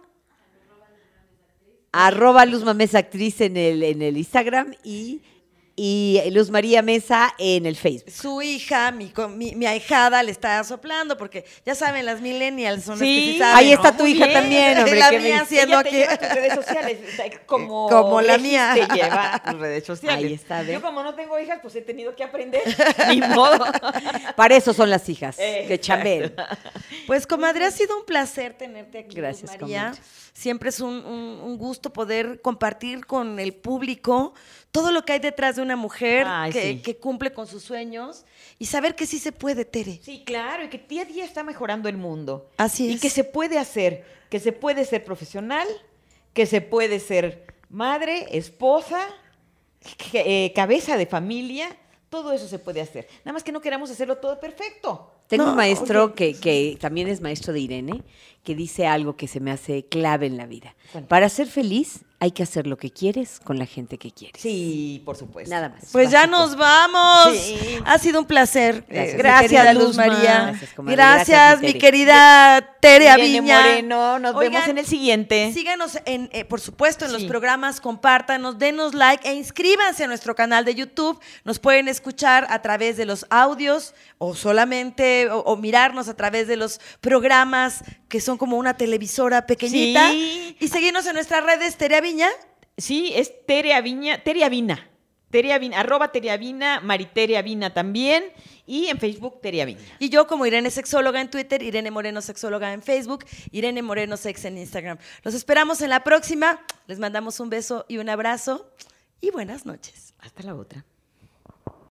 Speaker 5: Arroba Luzma Mesa Actriz en el, en el Instagram y, y Luz María Mesa en el Facebook.
Speaker 3: Su hija, mi, co- mi, mi ahijada, le está soplando porque ya saben, las millennials son las que
Speaker 1: Sí,
Speaker 3: sí saben.
Speaker 5: ahí está
Speaker 3: ¿no?
Speaker 5: tu
Speaker 1: muy
Speaker 5: hija
Speaker 1: bien.
Speaker 5: también, hombre.
Speaker 3: La
Speaker 5: que me-
Speaker 3: mía haciendo
Speaker 1: Ella te
Speaker 3: aquí.
Speaker 1: lleva tus redes sociales, o sea, como,
Speaker 3: Como la
Speaker 1: Regis
Speaker 3: mía.
Speaker 1: te lleva tus redes sociales.
Speaker 5: Ahí está, ¿ves?
Speaker 1: Yo como no tengo hijas, pues he tenido que aprender. Ni modo.
Speaker 5: Para eso son las hijas, que
Speaker 1: Exacto.
Speaker 5: chambeen.
Speaker 3: Pues, comadre, ha sido un placer tenerte aquí.
Speaker 5: Gracias,
Speaker 3: Luz María.
Speaker 5: comadre.
Speaker 3: Siempre es un, un- un gusto poder compartir con el público todo lo que hay detrás de una mujer
Speaker 1: Ay,
Speaker 3: que,
Speaker 1: sí.
Speaker 3: que cumple con sus sueños y saber que sí se puede, Tere.
Speaker 1: Sí, claro, y que día a día está mejorando el mundo.
Speaker 3: Así
Speaker 1: y
Speaker 3: es.
Speaker 1: que se puede hacer, que se puede ser profesional, que se puede ser madre, esposa, je- eh, cabeza de familia, todo eso se puede hacer. Nada más que no queramos hacerlo todo perfecto.
Speaker 5: Tengo
Speaker 3: No,
Speaker 5: un maestro
Speaker 3: oye,
Speaker 5: que, que también es maestro de Irene, que dice algo que se me hace clave en la vida. Para ser feliz hay que hacer lo que quieres con la gente que quieres.
Speaker 1: Sí, por supuesto.
Speaker 5: Nada más.
Speaker 3: Pues ya
Speaker 5: Básico.
Speaker 3: nos vamos.
Speaker 1: Sí.
Speaker 3: Ha sido un placer.
Speaker 5: Gracias,
Speaker 3: Eh,
Speaker 5: mi
Speaker 3: Gracias,
Speaker 5: querida
Speaker 3: Luz
Speaker 5: Luzma.
Speaker 3: María. Gracias,
Speaker 5: Gracias, comadre. Gracias, mi
Speaker 3: mi
Speaker 5: Tere.
Speaker 3: querida Tere
Speaker 1: Irene
Speaker 3: Aviña.
Speaker 1: Moreno, nos
Speaker 3: Oigan,
Speaker 1: vemos en el siguiente.
Speaker 3: Síganos, en, eh, por supuesto, en los
Speaker 1: Sí.
Speaker 3: programas, compártanos, denos like e inscríbanse a nuestro canal de YouTube. Nos pueden escuchar a través de los audios o solamente, o, o mirarnos a través de los programas que son como una televisora pequeñita.
Speaker 1: Sí.
Speaker 3: Y seguirnos en nuestras redes, Tere Aviña.
Speaker 1: Sí, es Tere Aviña, Tere Avina. Tere Avina, arroba Tere Avina, Maritere Avina también. Y en Facebook, Tere Avina.
Speaker 3: Y yo como Irene Sexóloga en Twitter, Irene Moreno Sexóloga en Facebook, Irene Moreno Sex en Instagram. Los esperamos en la próxima. Les mandamos un beso y un abrazo y buenas noches.
Speaker 1: Hasta la otra.